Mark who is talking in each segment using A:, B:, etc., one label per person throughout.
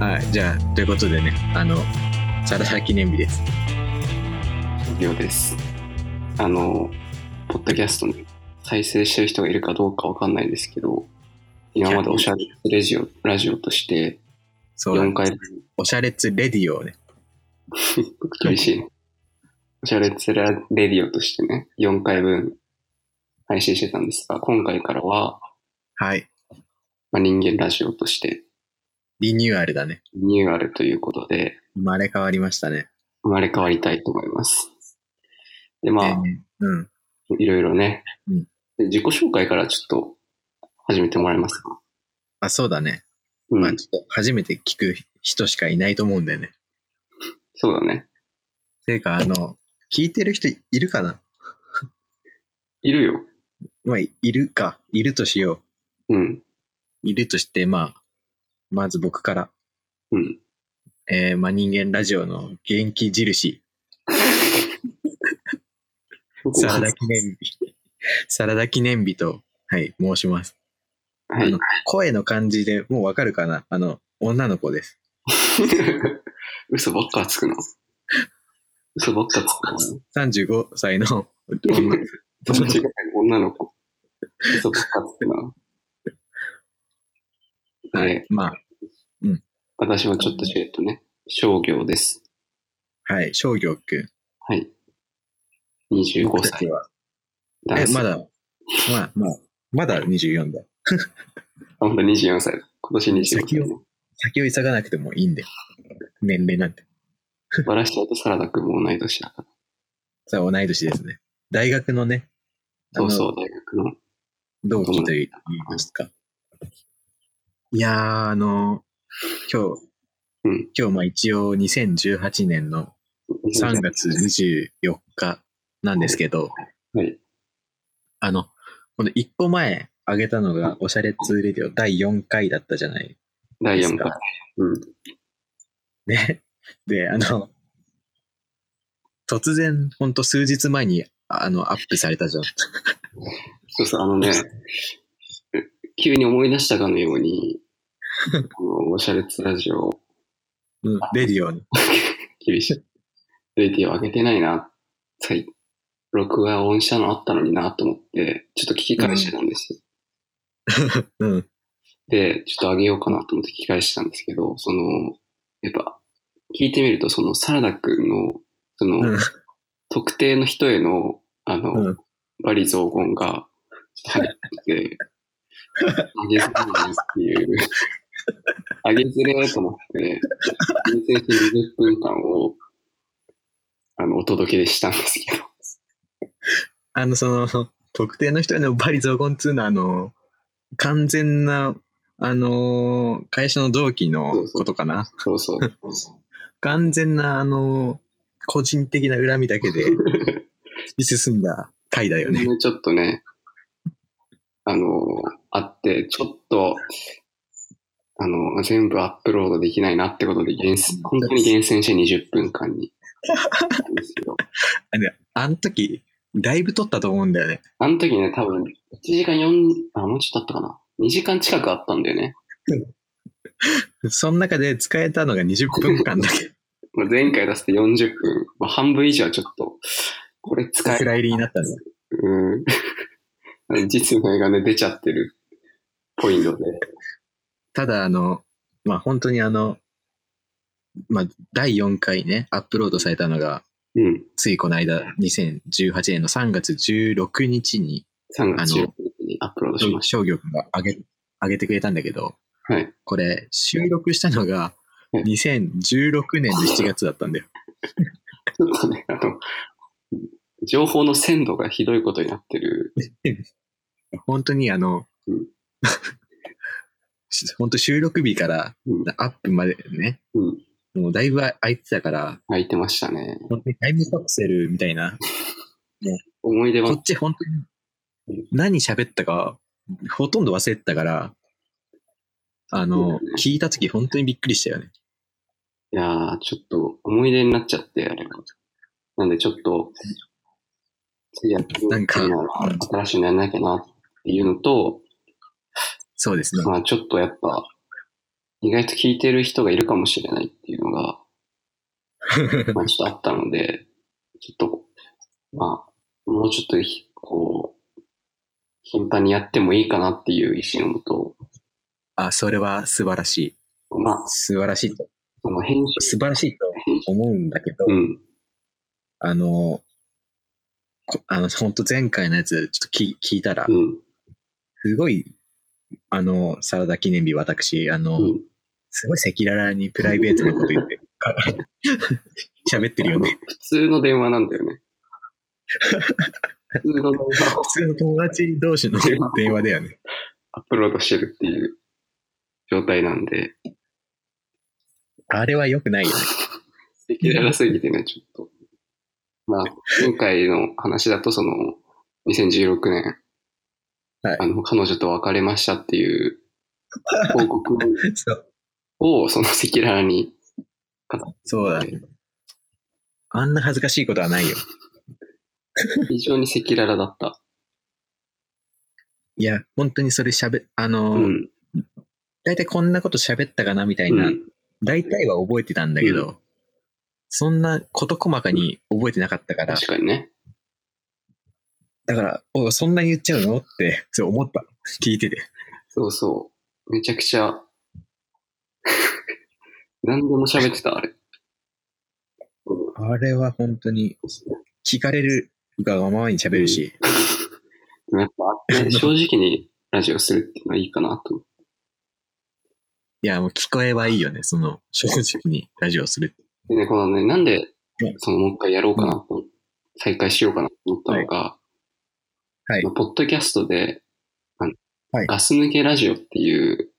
A: はい、じゃあ、ということでね、あの、サラダ記念日です。
B: 了解です。あの、ポッドキャストに再生してる人がいるかどうかわかんないですけど、今までおしゃれレジオ、ラジオとして
A: そうだ
B: 4回、
A: おしゃれつレディオをね。
B: 厳しいね。おしゃれツラレディオとしてね、4回分配信してたんですが、今回からは、
A: はい。
B: まあ、人間ラジオとして
A: リニューアルだね。
B: リニューアルということで、
A: 生まれ変わりましたね。
B: 生まれ変わりたいと思います。で、まあ、
A: でうん。
B: いろいろね、
A: うん
B: で自己紹介からちょっと始めてもらえますか。
A: あ、そうだね。
B: う
A: まあ、ちょっと初めて聞く人しかいないと思うんだよね。
B: そうだね。
A: ていうか、あの、聞いてる人いるかない
B: るよ。
A: まあ、いるか。いるとしよ
B: うん。
A: う。いるとして、まあ、まず僕から。
B: うん。
A: えー、まあ、人間ラジオの元気印、サラダ記念日、サラダ記念日と、はい、申します。
B: は
A: あ
B: い
A: の。声の感じでもうわかるかなあの、女の子です。
B: 嘘ばっかつくな。嘘ばっかつく
A: 35歳の
B: な。
A: 女
B: 友達が女の子。嘘ばっかつくな。はい。
A: まあ、
B: 私はちょっとしれっとね、商業です。
A: はい、商業くん。
B: はい。25
A: 僕た
B: 歳
A: ち。は。
B: 男
A: え、
B: 性
A: ま。だ、まあ、まあ、まだ24だ。
B: あまだ24歳だ。今年24歳
A: 先
B: だ、
A: を先を急がなくてもいいんだよ。年齢なんて。
B: バラしちゃうとサラダ君も同い年だから。
A: さあ、同い年ですね。大学のね、あ
B: そ
A: の
B: うそう、大学の。
A: 同期と言いますか。いやー、あの、今日、
B: うん
A: 今日、まあ一応2018年の3月24日なんですけど、
B: はい。
A: あの、この1個前上げたのが、おしゃれツーレディオ第4回だったじゃない
B: 第4
A: です
B: 回
A: か。
B: うん。
A: ね。で、あの、突然、ほんと数日前に、あの、アップされたじゃん。
B: そうそう、あのね、急に思い出したかのように、このオシャレツラジオ、
A: うん、レディオに。
B: 厳しい。レディを上げてないな、はい。録画音したのあったのになと思って、ちょっと聞き返してたんですよ。
A: うん。
B: で、ちょっと上げようかなと思って聞き返してたんですけど、その、やっぱ、聞いてみると、その、サラダ君の、その、
A: うん
B: 特定の人への、あの、
A: うん
B: バリ雑言が、ちょっと入ってて、あげづらいなっていう、あげづれーと思って、人生20分間を、あの、お届けしたんですけど、
A: あの、その、特定の人へのバリ雑言っつうのは、あの、完全な、あの、会社の同期のことかな。
B: そうそう。
A: 完全な、あの、個人的な恨みだ けで突き進んだ回だよね。
B: ちょっとね、あの、あって、ちょっと、あの、全部アップロードできないなってことで、厳選、本当に厳選して20分間に。なんですけど
A: あの時、だいぶ撮ったと思うんだよね。
B: あの時ね、多分、1時間4、あ、もうちょっとあったかな。2時間近くあったんだよね。
A: その中で使えたのが20分間だけ。
B: まあ前回出して40分、まあ、半分以上はちょっと、これ使え
A: スライリーになったんだ。
B: うん。あの 実の映画で出ちゃってるポイントで。
A: ただ、あの、まあ、本当にあの、まあ、第4回ね、アップロードされたのが、
B: うん。
A: ついこの間、2018年の3月16日に、
B: 3月
A: あ
B: 16
A: の
B: 日にアップロードしまし
A: 商業君が上げ、上げてくれたんだけど、
B: た。はい。
A: これ、収録したのが、
B: うん
A: 2016年の7月だったんだよ。
B: ちょっとね、あの、情報の鮮度がひどいことになってる。
A: 本当にあの
B: うん、
A: 本当収録日から
B: うん。
A: アップまでね、
B: うん。
A: もうだいぶ空いてたから、
B: 空いてましたね。
A: 本当にタイムカプセルみたいな、
B: 思い出
A: こ
B: は
A: っ、ち本当に何喋ったか、ほとんど忘れてたから、あの、聞いたとき本当にびっくりしたよね。
B: いやー、ちょっと思い出になっちゃって、あれが。なんでちょっと、次やってみ
A: なんかうん
B: 新しいのやんなきゃなっていうのと、
A: そうですね。
B: まあちょっとやっぱ、意外と聞いてる人がいるかもしれないっていうのが、まあちょっとあったので、ちょっと、まあ、もうちょっとひ、こう、頻繁にやってもいいかなっていう意思のもと、
A: あ、それは素晴らしい。
B: まあ、
A: 素晴らしいと。
B: その編集、
A: 素晴らしいと
B: 編集
A: 思うんだけど、
B: うん、
A: あの、こあの、本当前回のやつ、ちょっと聞聞いたら
B: う、ん、
A: すごい、あの、サラダ記念日、私、あの、
B: うん。
A: すごい赤裸々にプライベートのこと言って、 喋ってるよね。
B: 普通の電話なんだ よね。普通の電話を
A: 普通の友達同士の電話だよね。
B: アップロードしてるっていう状態なんで、
A: あれは良くないよね。
B: 赤裸々すぎてね、ちょっと。まあ、今回の話だと、その、2016年、
A: はい
B: あの、彼女と別れましたっていう報告
A: そう
B: を、その赤裸々に
A: そうだね。あんな恥ずかしいことはないよ。
B: 非常に赤裸々だった。
A: いや、本当に それ喋、あの、
B: うん。
A: 大体こんなこと喋ったかなみたいうな、
B: ん。
A: 大体は覚えてたんだけど、
B: う
A: そんなこと細かに覚えてなかったから、
B: 確かにね。
A: だから、おそんなに言っちゃうのって、そう思った。聞いてて。
B: そうそう。めちゃくちゃ、 何でも喋ってた、あれ。うん
A: あれは本当に、聞かれるがままに喋るし、
B: でもやっぱ、ね正直にラジオするっていうのはいいかなと。
A: いや、もう聞こえはいいよね、その、正直にラジオする。
B: でね、このね、なんで
A: うん、
B: その、もう一回やろうかなと、再開しようかなと思ったのが、
A: はい
B: まあポッドキャストで、あの
A: はい
B: ガス抜けラジオっていう、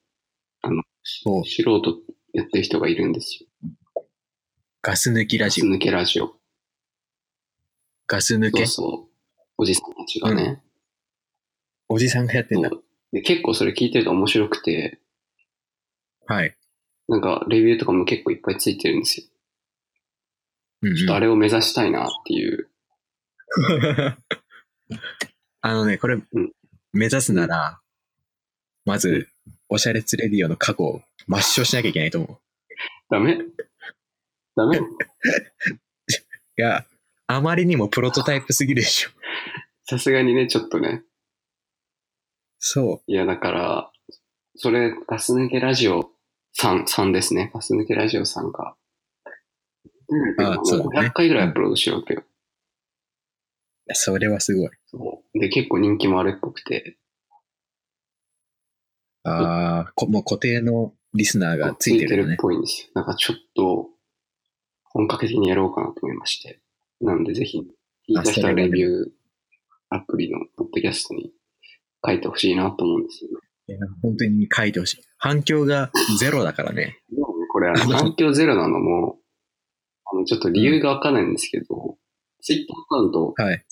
B: あの、
A: お
B: 素人やってる人がいるんですよ。
A: ガス抜きラ
B: ガス
A: ジオ。
B: 抜けラジオ。
A: ガス抜
B: そう
A: け。
B: そう。おじさんたちがね。
A: おじさんがやってんだ
B: そ。うで結構それ聞いてると面白くて、
A: はい。
B: なんかレビューとかも結構いっぱいついてるんですよ。
A: うんうん
B: ちょっとあれを目指したいなっていう。
A: あのね、これ、
B: ん
A: 目指すなら、まず、おしゃれつレディオの過去を抹消しなきゃいけないと思う。
B: ダメダメ
A: いや、あまりにもプロトタイプすぎるでしょ。
B: さすがにね、ちょっとね。
A: そ
B: いや、だから、それ、ガス抜けラジオさん、さんですね。ガス抜けラジオさんが。
A: あそうだね
B: 500回ぐらいアップロードしようけよ。
A: う。それはすごい。
B: そうで、結構人気もあるっぽくて。
A: ああ、こもう固定のリスナーがついてるよ
B: っ
A: ね。
B: ぽいんですよ。なんかちょっと、本格的にやろうかなと思いまして。なんで、ぜひ、聞いた人はレビュー、アプリのポッドキャストに書いてほしいなと思うんですよね。
A: いや本当に書いてほしい。反響がゼロだからね。
B: でもね これ、あの環境ゼロなのも、あの、ちょっと理由がわかんないんですけど、ツイッターアカウントを
A: はい。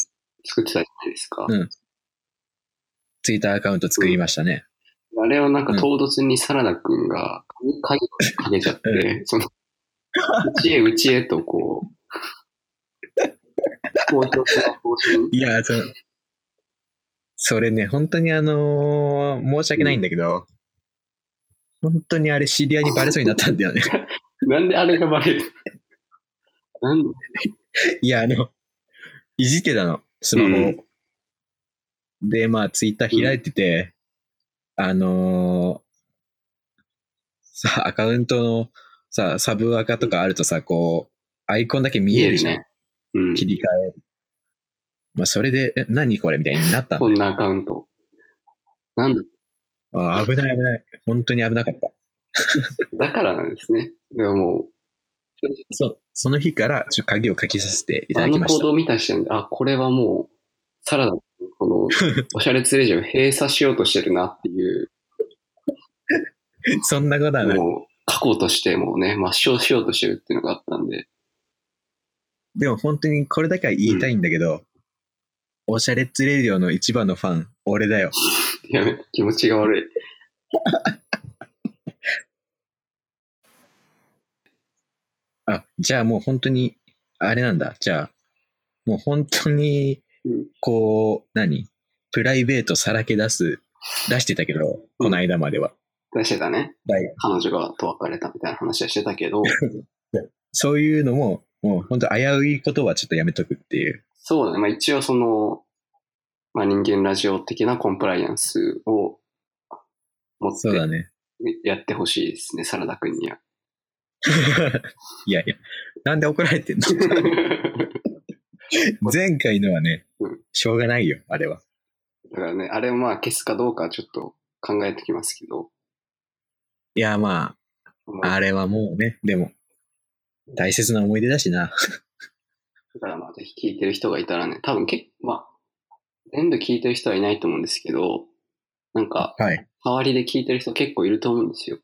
B: 作ってたじゃないですか。
A: うんツイッターアカウント作りましたね。
B: あれをなんか唐突にサラダくんが鍵かけちゃって、その、うちへうちへとこう、好調した方針。
A: いや、そそれね、本当にあのー申し訳ないんだけど、本当にあれ知り合いにバレそうになったんだよね。
B: なんであれがバレるなんで
A: いや、あの、いじってたの、スマホを。で、まあ、ツイッター開いてて、あのーさ、アカウントの、さ、サブアカとかあるとさ、こう、アイコンだけ見えるじゃん。
B: ね。うん。
A: 切り替え。まあ、それで、え何これみたいになった
B: こ
A: の。
B: んなアカウント。なんだ
A: あ危ない危ない。本当に危なかった。
B: だからなんですね。でもも、
A: そう。その日から、ちょっと鍵をかけさせていうた
B: あ
A: だき
B: の
A: まし
B: 行
A: た。
B: 動を見た時点で、あ、これはもう、サラダ、この、 おしゃれツレジを閉鎖しようとしてるなっていう、
A: そんなことはない。
B: もう、過去としてもうね、抹消しようとしてるっていうのがあったんで、
A: でも本当にこれだけは言いたいんだけど、オシャレッツレディオの一番のファン、俺だよ。
B: いや気持ちが悪い。
A: あ、じゃあもう本当に、あれなんだ。じゃあ、もう本当に
B: うん、
A: こう、何プライベートさらけ出す、出してたけど、この間までは。
B: 出してたね。
A: 大学。
B: 彼女がと別れたみたいな話はしてたけど、
A: そういうのも、もう本当危ういことはちょっとやめとくっていう。
B: そうだね。まあ一応その、まあ人間ラジオ的なコンプライアンスを持っ
A: そうだ
B: て
A: ね。
B: やってほしいですね、サラダ君 には。
A: いやいや、なんで怒られてんの 前回のはね
B: うん、
A: しょうがないよ、あれは。
B: だからね、あれをまあ消すかどうかはちょっと考えてきますけど、
A: いや、ま
B: ま
A: あ、あれはもうね、でも、大切な思い出だしな。
B: だからまあ、ぜひ聞いてる人がいたらね、多分結構、まあ、全部聞いてる人はいないと思うんですけど、なんか、
A: はい。
B: 触りで聞いてる人結構いると思うんですよ。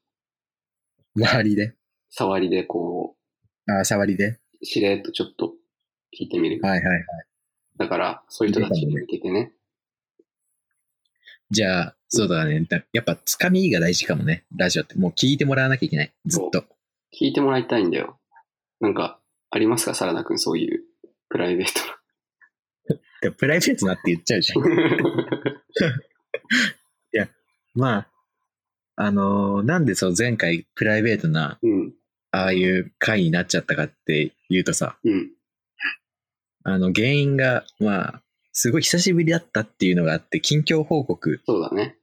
A: 周りで。
B: 触りでこ
A: あ、触りで。
B: う、しれっとちょっと聞いてみる。
A: はいはいはい。
B: だから、そういう人たちに向けてね、
A: じゃあ、そうだね。だやっぱ、つかみが大事かもね。ラジオって。もう聞いてもらわなきゃいけない。ずっと。
B: 聞いてもらいたいんだよ。なんか、ありますかサラダくん、そういうプライベー
A: でプライベートなって言っちゃうじゃ
B: ト
A: ん。
B: な。
A: まあ、あのーなんでそう、前回、プライベートな、
B: うん、
A: ああいう回になっちゃったかっていうとさ、
B: うん、
A: あの、原因が、まあ、すごい久しぶりだったっていうのがあって、近況報告
B: そうだね。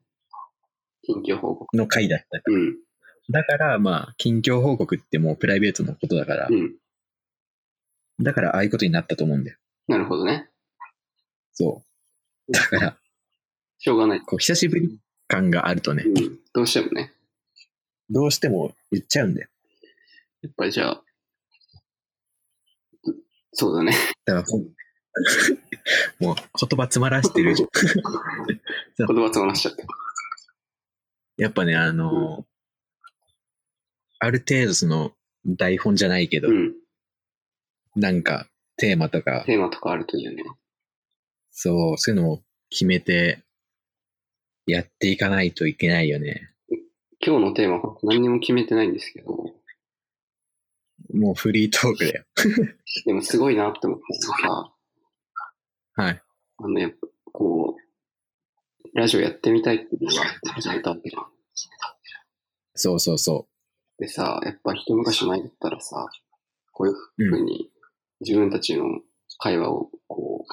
B: 緊急報告。
A: の回だった。
B: うん、
A: だから、まあ、近況報告ってもうプライベートのことだから
B: う、ん。
A: だからああいうことになったと思うんだよ。
B: なるほどね。
A: そう。だから、
B: しょうがない。
A: こう、久しぶり感があるとね
B: う、ん、どうしてもね。
A: どうしても言っちゃうんだよ。
B: やっぱりじゃあ、そうだね。
A: だからこう、 もう言葉詰まらしてるじ ゃん。
B: 言葉詰まらしちゃった。
A: やっぱね、あのーある程度その、台本じゃないけど、
B: うん。
A: なんか、テーマとか、
B: テーマとかあるといいよね。
A: そう、そういうのを決めて、やっていかないといけないよね。
B: 今日のテーマ、何にも決めてないんですけど、
A: もうフリートークだよ。
B: でもすごいなって思ったのが、
A: はい。
B: あの、やっぱ、こう、ラジオやってみたいっていうのが始めたわけじゃん。
A: そうそうそ
B: でさ、やっぱ一昔前だったらさ、こういうふうに自分たちの会話を、こ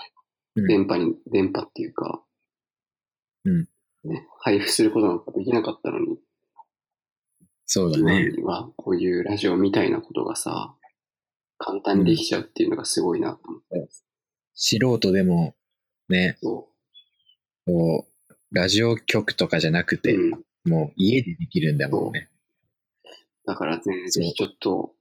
A: う
B: う、
A: ん
B: 電波に、電波っていうか、
A: うん
B: ね、配布することなんかできなかったのに、
A: う。そうだ
B: 今
A: ね。
B: にはこういうラジオみたいなことがさ、簡単にできちゃうっていうのがすごいなと思って。
A: 素人でも、ね、
B: そ
A: こう、ラジオ局とかじゃなく
B: う。
A: て、
B: うん
A: もう家でできるんだもんね。
B: だからね、
A: そ
B: ぜ
A: う
B: ひちょっと、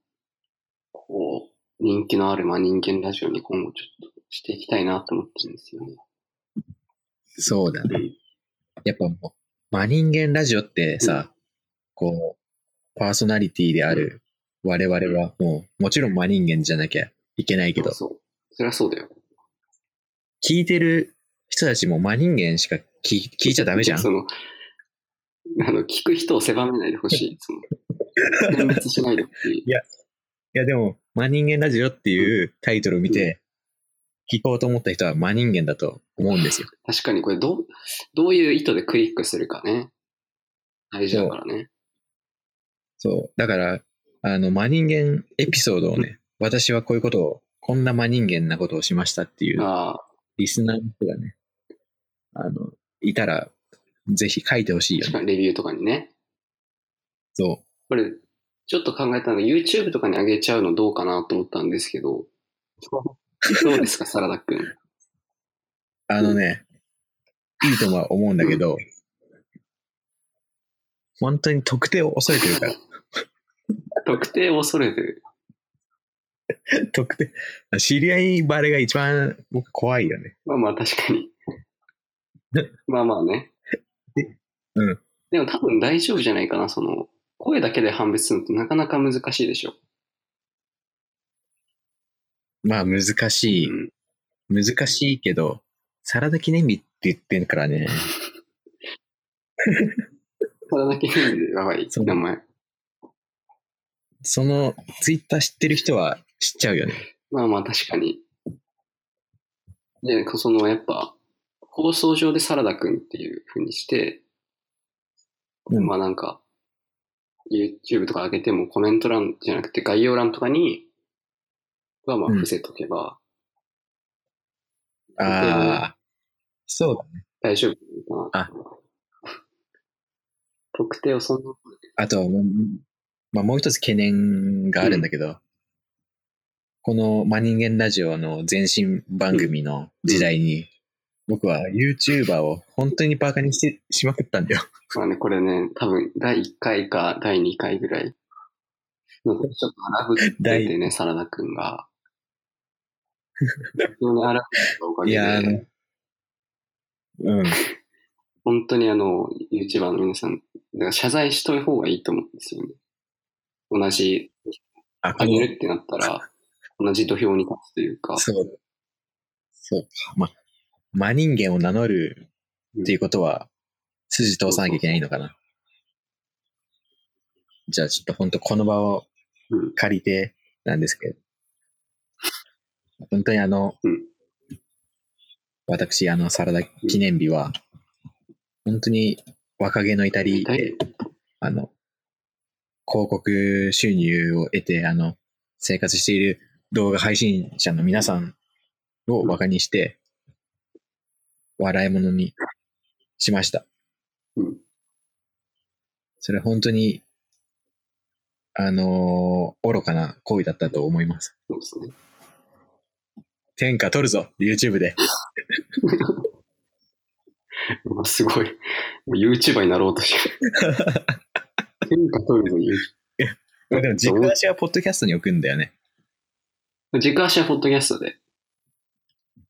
B: こう、人気のある、まあ、人間ラジオに今後ちょっとしていきたいなと思ってるんですよね。
A: そうだ
B: う
A: ね。
B: ん。
A: やっぱもう、真人間ラジオってさ、こう、パーソナリティである我々は、もう、もちろん真人間じゃなきゃいけないけど、
B: そう。そりゃそうだよ。
A: 聞いてる人たちも真人間しか聞聞いちゃダメじゃん。
B: その、あの、聞く人を狭めないで ほしい。その、選別しないでほしい。
A: いやでも、真人間ラジオっていうタイトルを見て、聞こうと思った人は真人間だと思うんですよ。
B: 確かにこれどう、どういう意図でクリックするかね。大事だからね。
A: そう。だから、あの、真人間エピソードをね、私はこういうことを、こんな真人間なことをしましたっていう、
B: ああ、
A: リスナーの人がね、あの、いたら、ぜひ書いてほしいよね。
B: 確かにレビューとかにね。
A: そ
B: これ、ちょっと考えたのが YouTube とかに上げちゃうのどうかなと思ったんです けど、どうですか、サラダくん。
A: う。あのね、いいとは思うんだけど、本当に特定を恐れてるから。
B: 特定を恐れてる。
A: 特定、知り合いバレが一番僕怖いよね。
B: まあまあ確かに。まあまあね。
A: うん。
B: でも多分大丈夫じゃないかな、その、声だけで判別するのってなかなか難しいでしょ。
A: まあ難しい、
B: うん
A: 難しいけど、サラダ記念日って言ってるからね。
B: サラダ記念日でやばい、
A: そう
B: 名前。
A: そのツイッター知ってる人は知っちゃうよね。
B: まあまあ確かに。で、そのやっぱ、放送上でサラダくんっていう風にして、
A: うん
B: まあなんか、 YouTube とか上げてもコメント欄じゃなくて概要欄とかに、はまあ
A: うん
B: 伏せとけば
A: ああ、そうだね。
B: 大丈夫かな。特定をそんな、
A: あとは、ままあ、もう一つ懸念があるんだけど、この真人間ラジオの前身番組の時代に、僕は YouTuber を本当にバカにしてしまったんだよ。
B: まあね、これね、多分第1回か第2回ぐらいの時、ちょっと荒ぶっててね、サラダくんが。本当に荒ぶったおか
A: い
B: げ
A: や
B: で
A: ー、うん。
B: 本当にあの、YouTuber の皆さん、だから謝罪しとい方がいいと思うんですよね。同じ、
A: あ、
B: あげるってなったら、同じ土俵に立つというか。
A: そう。そうか。まあ、真人間を名乗るっていうことは、筋通さなきゃいけないのかな。じゃあちょっと本当この場を
B: うん
A: 借りてなんですけど、本当にあの、
B: うん
A: 私、あの、サラダ記念日は、本当に若気の至り
B: 痛
A: で、
B: い
A: あの、広告収入を得て、あの、生活している動画配信者の皆さんを馬鹿にして、笑い物にしました。
B: うん
A: それは本当に、あのー愚かな行為だったと思います。
B: そうですね。
A: 天下取るぞ !YouTube で。
B: うわすごい。もう YouTuber になろう としてる。天下取るの YouTube。
A: でも、軸足はポッドキャストに置くんだよね。
B: 軸足はポッドキャストで。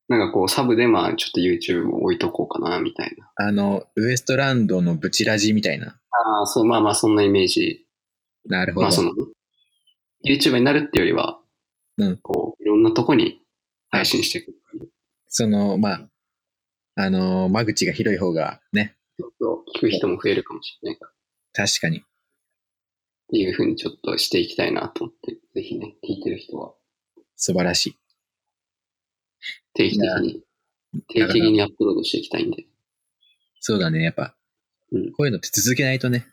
B: なんかこう、サブでまあ、ちょっと YouTube も置いとこうかな、みたいな。
A: あの、ウエストランドのブチラジみたいな。
B: ああ、そう、まあまあ、そんなイメージ。
A: なるほど。
B: まあ、その、YouTuber になるってよりは、
A: うん
B: こう、いろんなとこに配信していく。
A: その、まあ、あのー間口が広い方がね、
B: ちょっと聞く人も増えるかもしれないから。っ
A: 確かに。
B: ていうふうにちょっとしていきたいなと思って、ぜひね、聞いてる人は
A: 素晴らしい。
B: 定期的に、
A: や
B: 定期的にアップロードしていきたいんで。
A: そうだね、やっぱ。
B: うん
A: こういうのって続けないとね。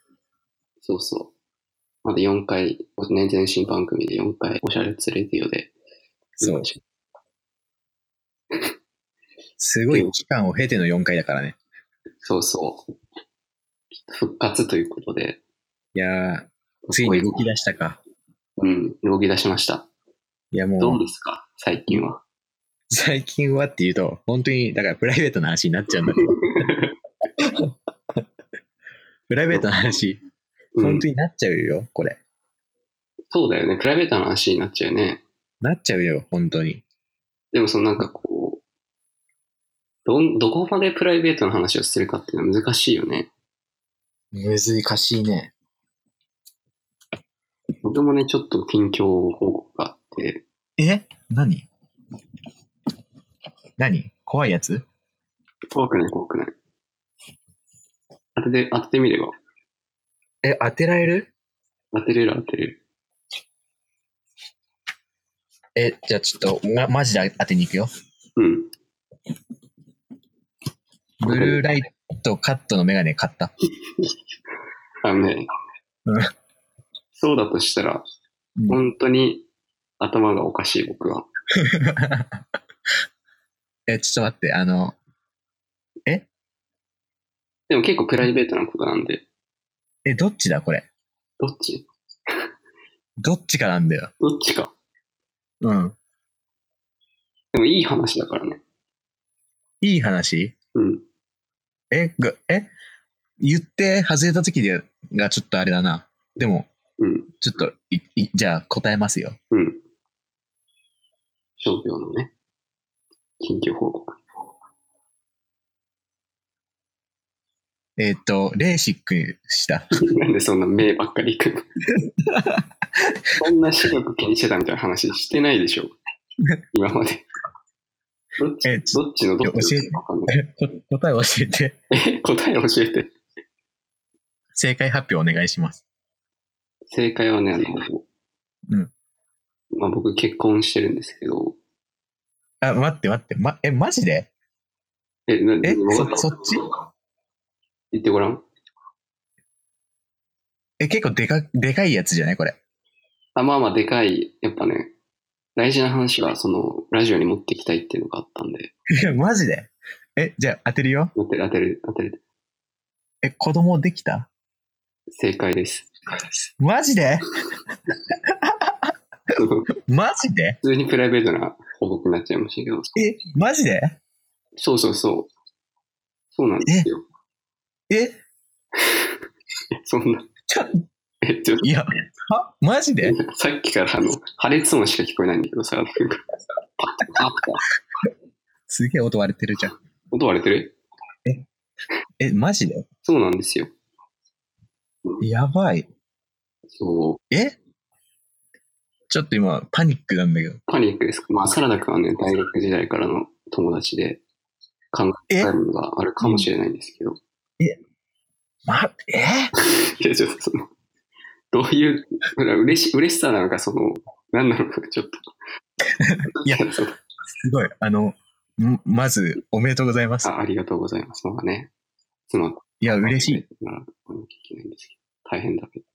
B: そうそう。まだ4回、年前新番組で4回、おしゃれつれてよで。
A: そう。すごい期間を経ての4回だからね。
B: そうそう。復活ということで。
A: いやー、ついに動き出したか。
B: うん、動き出しました。
A: いや、
B: ど
A: も
B: う
A: う、
B: ですか最近は。
A: 最近はっていうと、本当に、だからプライベートな話になっちゃうんだけど。 プライベートな話、
B: うん
A: 本当になっちゃうよ、これ。
B: そうだよね。プライベートの話になっちゃうよね。
A: なっちゃうよ、本当に。
B: でも、そのなんかこう、どん、どこまでプライベートの話をするかっていうのは難しいよね。
A: 難しいね。
B: 僕もね、ちょっと近況報告があって、
A: え何何怖いやつ
B: 怖くない怖くない。当てて、当ててみれば。
A: え、当てられる
B: 当てれる当てれる。
A: え、じゃあちょっと、ま、マジで当てに行くよ。
B: うん。
A: ブルーライトカットのメガネ買った。
B: あのね
A: うん、
B: そうだとしたら、
A: うん
B: 本当に頭がおかしい僕は。
A: え、ちょっと待って、あの、
B: でも結構プライベートなことなんで、
A: え、どっちだこれ。
B: どっち
A: どっちかなんだよ。
B: どっちか。
A: うん。
B: でもいい話だからね。
A: いい話
B: うん。
A: え、が、え、言って外れた時でがちょっとあれだな。でも、
B: うん。
A: ちょっと、い、いじゃあ答えますよ。
B: うん。商業のね、緊急報告。
A: えっ、と、レーシックした。
B: なんでそんな目ばっかりいくのそんな視力気にしてたみたいな話してないでしょ。 今まで。どっち
A: えち
B: どっちのどっち
A: 教
B: の
A: えて
B: わかんない
A: えこ 答え教えて。
B: え答え教えて。
A: 正解発表お願いします。
B: 正解はね、あの、
A: うん
B: まあ僕結婚してるんですけど、
A: あ、待って待って、ま、え、マジで
B: え、な
A: え
B: わか
A: そそっち
B: 言ってごらん。
A: え、結構でか、でかいやつじゃないこれ。
B: あまあまあ、でかい、やっぱね、大事な話は、その、ラジオに持ってきたいっていうのがあったんで、
A: いやマジでえ、じゃあ当てるよ。
B: 当てる、当てる、当てる。
A: え、子供できた
B: 正解です。
A: マジで
B: 普
A: マジで
B: 通にプライベートな報告になっちゃいましたけど、
A: え、マジで
B: そうそうそう。そうなんですよ。
A: え、
B: そんな、
A: ちょ、
B: え、ちょっ
A: いや、はマジで
B: と、さっきからあの、破裂音しか聞こえないんだけどさ、なんか、パッパッパッ
A: すげえ音割れてるじゃん。
B: 音割れてる
A: え、マジで
B: そうなんですよ。
A: やばい。
B: そう。
A: えちょっと今、パニックなんだけど。
B: パニックですか。まあ、サラダ君はね、大学時代からの友達で考えたものがあるかもしれないんですけど。
A: ま、え
B: いや、ちょっとその、どういう、嬉し、嬉しさなのか、その、何なのか、ちょっと。
A: いや
B: そう
A: すごい。あの、んまず、おめでとうございます。
B: あありがとうございます。なんかね、妻と
A: いや、嬉しい。。
B: なら、この聞けないんですけど、大変だけど。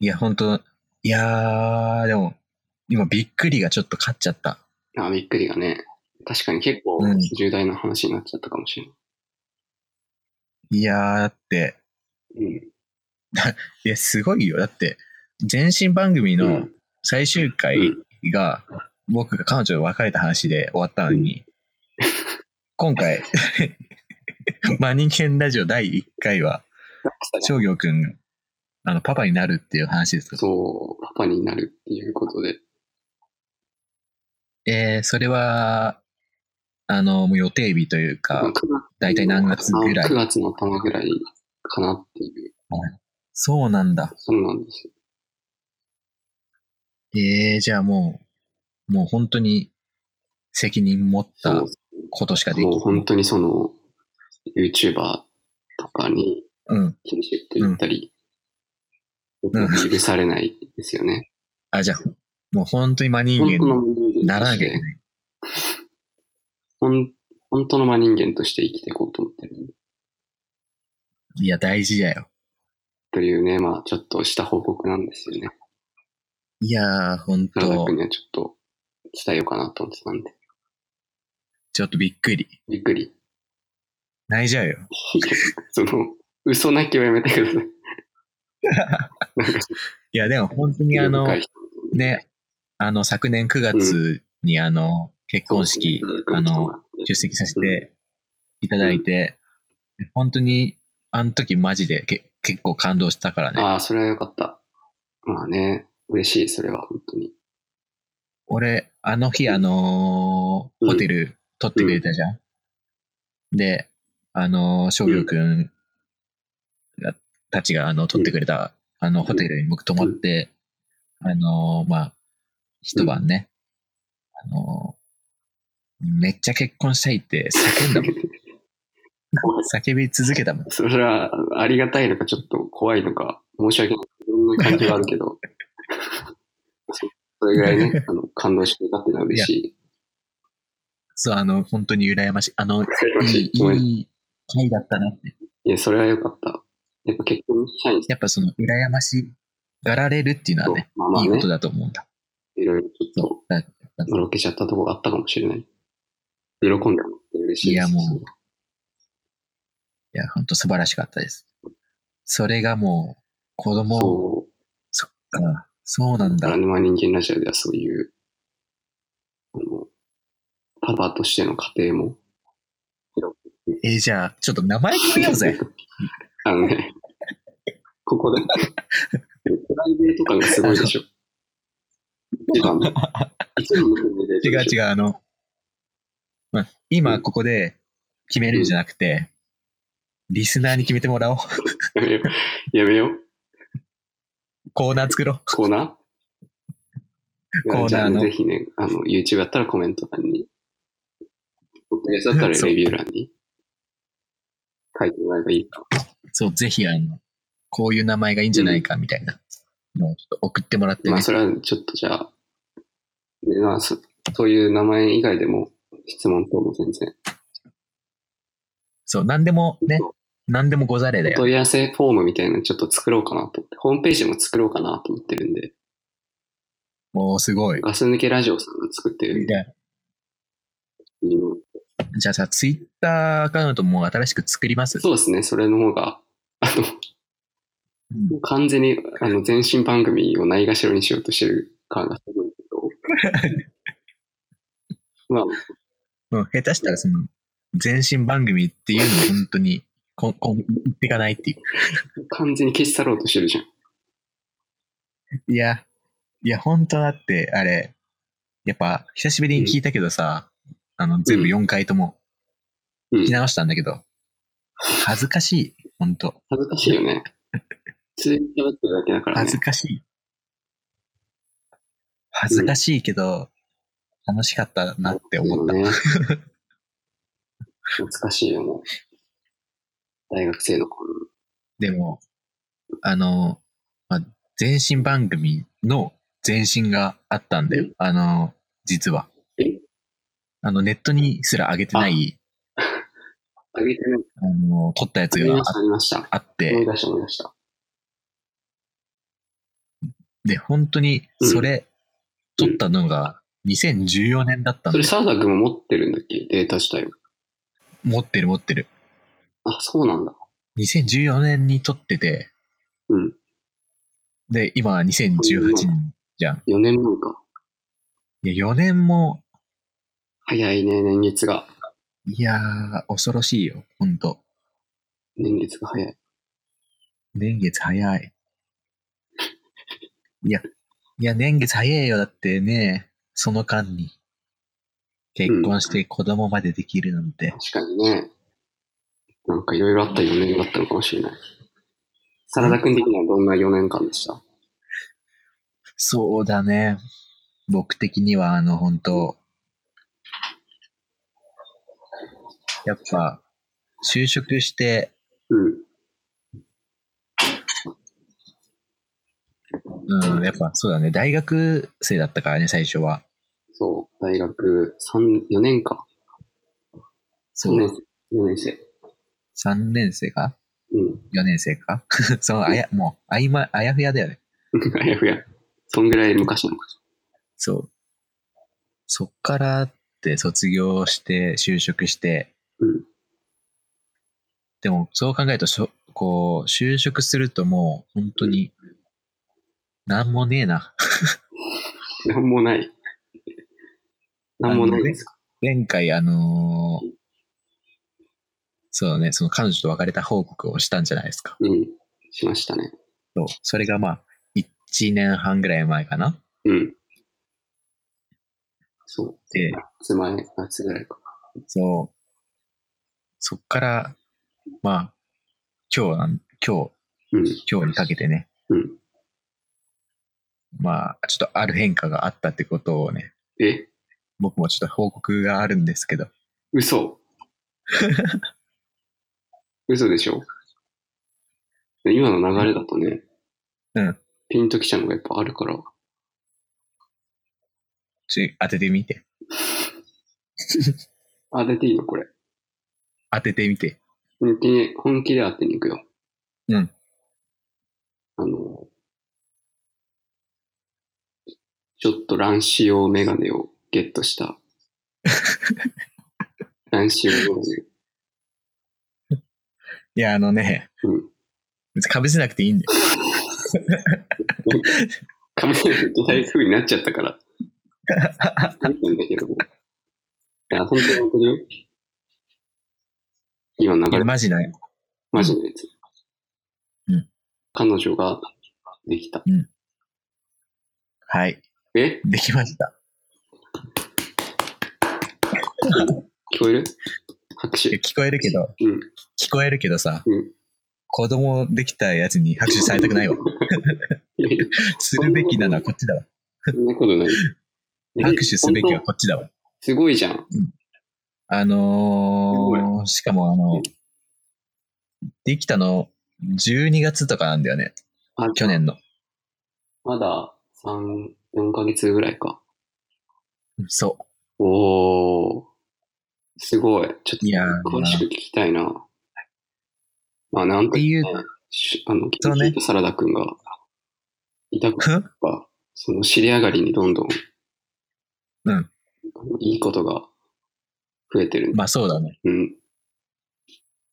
A: いや、本当いやー、でも、今、びっくりがちょっと勝っちゃった。
B: あ、びっくりがね、確かに結構
A: うん
B: 重大な話になっちゃったかもしれない
A: いやー、だって、。
B: うん
A: いや、すごいよ。だって、前身番組
B: う
A: の
B: ん
A: 最終回が、僕が彼女と別れた話で終わったのに、 今回、 マニケンラジオ第1回は、商業くん、あの、パパになるっていう話ですか
B: そう、パパになるっていうことで、
A: えー、それは、あの、もう予定日という
B: まあ
A: か、
B: 9月
A: 大体何月ぐらい
B: 9月の頭ぐらいかなっていう。
A: そうなんだ。
B: そうなんですよ。
A: えー、じゃあもう、もう本当に責任持ったことしかでき
B: も
A: な
B: う
A: い。
B: 本当にその、YouTuber とかに
A: うん。
B: 厳しく言ったり、
A: ん
B: 許されないですよね。
A: あ、じゃあ、もう本当に真 人間
B: 本当の
A: に
B: 真人間として
A: ならなきゃいけない。
B: ほん本当の真人間として生きていこうと思ってる。
A: いや、大事だよ。
B: というね、まあちょっとした報告なんですよね。
A: いやー、本
B: 田中
A: 当
B: 君にはちょっと伝えようかなと思ってたんで。
A: ちょっとびっくり。
B: びっくり。
A: 泣いちゃうよ。
B: その、嘘泣きはやめてください。
A: いや、でも本当にあの
B: 深、い
A: ね、あの、昨年9月にあの、結婚式、あの、、出席させていただいて、本当に、あの時マジでけ結構感動したからね。
B: ああ、それはよかった。まあね、嬉しい、それは本 当に。
A: 俺、あの日、あのー
B: うん
A: ホテル取ってくれたじゃん。で、あのー、翔陽くんが、たちが、あの、取ってくれた、あの、ホテルに僕泊まって、あのー、まあ、一晩ね、あのー、めっちゃ結婚したいって叫ん だもん。叫び続けたもん。
B: それはありがたいのか、ちょっと怖いのか、申し訳ない。いろんな感じはある けど。それぐらいね、あの感動してくれたっていうのは嬉しい。
A: そう、あの、本当に羨ましい。あの、
B: 嬉し
A: いい
B: い、ごめん。い
A: いい回だったなって。
B: や、それはよかった。やっぱ結婚したいんです
A: やっぱその、羨ましがられるっていう
B: け
A: の
B: ど
A: はね、、
B: まあまあ
A: いいこ
B: ね
A: と、だと思うんだ。
B: いろいろちょっ
A: だ
B: と、のろけちゃったとこがあったかもしれない。喜んでもらって嬉しいで
A: いや
B: す。
A: もういや、本当素晴らしかったです。それがもう、子供
B: そう。
A: そっか、そうなん
B: だか
A: だ
B: ら、。沼人間ラジオではそういう、あの、パパとしての家庭も、
A: えーじゃあ、ちょっと名前決めようぜ。
B: あのね、ここで、プライベート感がすごいでしょ。一番の、一番の国で
A: 違う違う、
B: う。
A: あの、まあ、今ここで決めるんじゃなくて、リスナーに決めてもらおう。
B: やめよう。やめよう。
A: コーナー作ろう。
B: コーナ
A: コ
B: ー
A: ーナーの
B: じゃあねぜひね、あの、YouTube やったらコメント欄に、ポッドキャストだったらレビュー欄に、書いてもらえばいいか。
A: そう、ぜひ、あの、こういう名前がいいんじゃないか、みたいな。もう、ちょっと送ってもらって
B: ま
A: ね
B: あ、。それはちょっとじゃあ、でまあ、そそういう名前以外でも質問等も全然。
A: そう、なんでもね、何でもござれだ
B: お
A: よ。
B: 問い合わせフォームみたいなのちょっと作ろうかなと思って、ホームページも作ろうかなと思ってるんで、
A: もうすごい。
B: ガス抜けラジオさんが作ってる
A: じゃあじゃあさ、ツイッターアカウントも新しく作ります。
B: そうですね、それの方が、あの、
A: うん
B: もう完全にあの全身番組をないがしろにしようとしてる感がすごいけど。まあ、
A: うん、下手したらその、全身番組っていうのを本当に、こん、こん、言っていかないっていう。
B: 完全に消し去ろうとしてるじゃん。
A: いや、いや、本当だって、あれ、やっぱ、久しぶりに聞いたけどさ、あの、全部4回とも
B: うん
A: 聞き直したんだけど、恥ずかしい、本当
B: 恥ずかしいよね。普通に喋ってるだけだから
A: 恥ず
B: ね。
A: かしい。恥ずかしいけど、楽しかったなって思った。
B: ね。 懐かしいよね。大学生の頃。
A: でも、あの、まあ、前身番組の前身があったんだよ
B: え。
A: あの、実は
B: え。
A: あの、ネットにすら上げてない、
B: あげてね。
A: あの、撮ったや
B: あ
A: つ
B: り
A: が
B: ました、ありました。
A: ああっ
B: 思い
A: て、
B: 出した、思い出した。
A: で、本当にそれ、
B: うん
A: 撮ったのが2014年だったんだ
B: それ、
A: よ。
B: サーダ君も持ってるんだっけデータ自体を。
A: 持ってる持ってる。
B: あ、そうなんだ。
A: 2014年に撮ってて、
B: うん。
A: で、今は2018年じゃん。
B: 4年前か。
A: いや、4年も、
B: 早いね、年月が。
A: いやー、恐ろしいよ、ほんと。
B: 年月が早い。
A: 年月早い。いや、いや、年月早いよ。だってね、その間に。結婚して子供までできるなんて。
B: 確かにね。なんかいろいろあった4年だったのかもしれない。サラダ君的にはどんな4年間でした
A: そうだね。僕的には、あの、本当やっぱ、就職して、
B: うん。
A: うん、やっぱそうだね。大学生だったからね、最初は。
B: そう。大学3、4年か。
A: そ
B: 4年
A: う。
B: 生。四年生。
A: 3年生か
B: うん。
A: 4年生か そのあや、もう、あいま、あやふやだよね。
B: あやふや。そんぐらい昔なのか。
A: そう。そっからって卒業して、就職して、
B: うん。
A: でもそう考えるとしょ、こう、就職するともう、本当に、なんもねえな。
B: なんもない。なんもないですか。
A: 前回、あのーそうだね、その彼女と別れた報告をしたんじゃないですか。
B: うん。しましたね。
A: そう。それがまあ、1年半ぐらい前かな。
B: うん。そう。
A: で、
B: 夏前、夏ぐらいか。
A: そう。そっから、まあ、今日なん、今
B: うん。
A: 日、今日にかけてね、
B: うん。
A: まあ、ちょっとある変化があったってことをね、
B: え、
A: 僕もちょっと報告があるんですけど、
B: 嘘嘘でしょ今の流れだとね、
A: うん。
B: ピンときちゃうのがやっぱあるから、
A: ちょ当ててみて。
B: 当てていいのこれ。
A: 当ててみて。
B: 本気で、本気で当てに行くよ。
A: うん。
B: あの、ちょっと乱視用メガネをゲッ トした。乱視用メガネ。
A: いや、あのね、
B: うん。
A: 別に被せなくていいんだよ。
B: カメラの土台風になっちゃったから。なんて言うんだけど。いや、本当に本当によ。今流
A: い
B: れ
A: や、マジない。
B: マジのやつ。
A: うん。
B: 彼女ができた。
A: はい。
B: え
A: できました。
B: 聞こえる拍
A: いや
B: 手。
A: 聞こえるけど、
B: うん。
A: 聞こえるけどさ、
B: うん
A: 子供できたやつに拍手されたくないわ。
B: いやいや
A: するべきなのはこっちだわ。
B: そんなことない。
A: 拍手すべきは
B: 本
A: こっちだわ。
B: 当すごいじゃん。
A: あのー、しかもあの、できたの12月とかなんだよね、
B: あ
A: 去。年の。
B: まだ3、4ヶ月ぐらいか。
A: そう。
B: おー。すごい。ちょっ
A: いやー
B: と詳しく聞きたいな。まあ、なん
A: ていう
B: かねしあの、
A: そうね
B: 聞いたサラダ君が、いたことが、その尻上がりにどんどん、
A: うん
B: あのいいことが増えて る。
A: まあそうだね。
B: うん。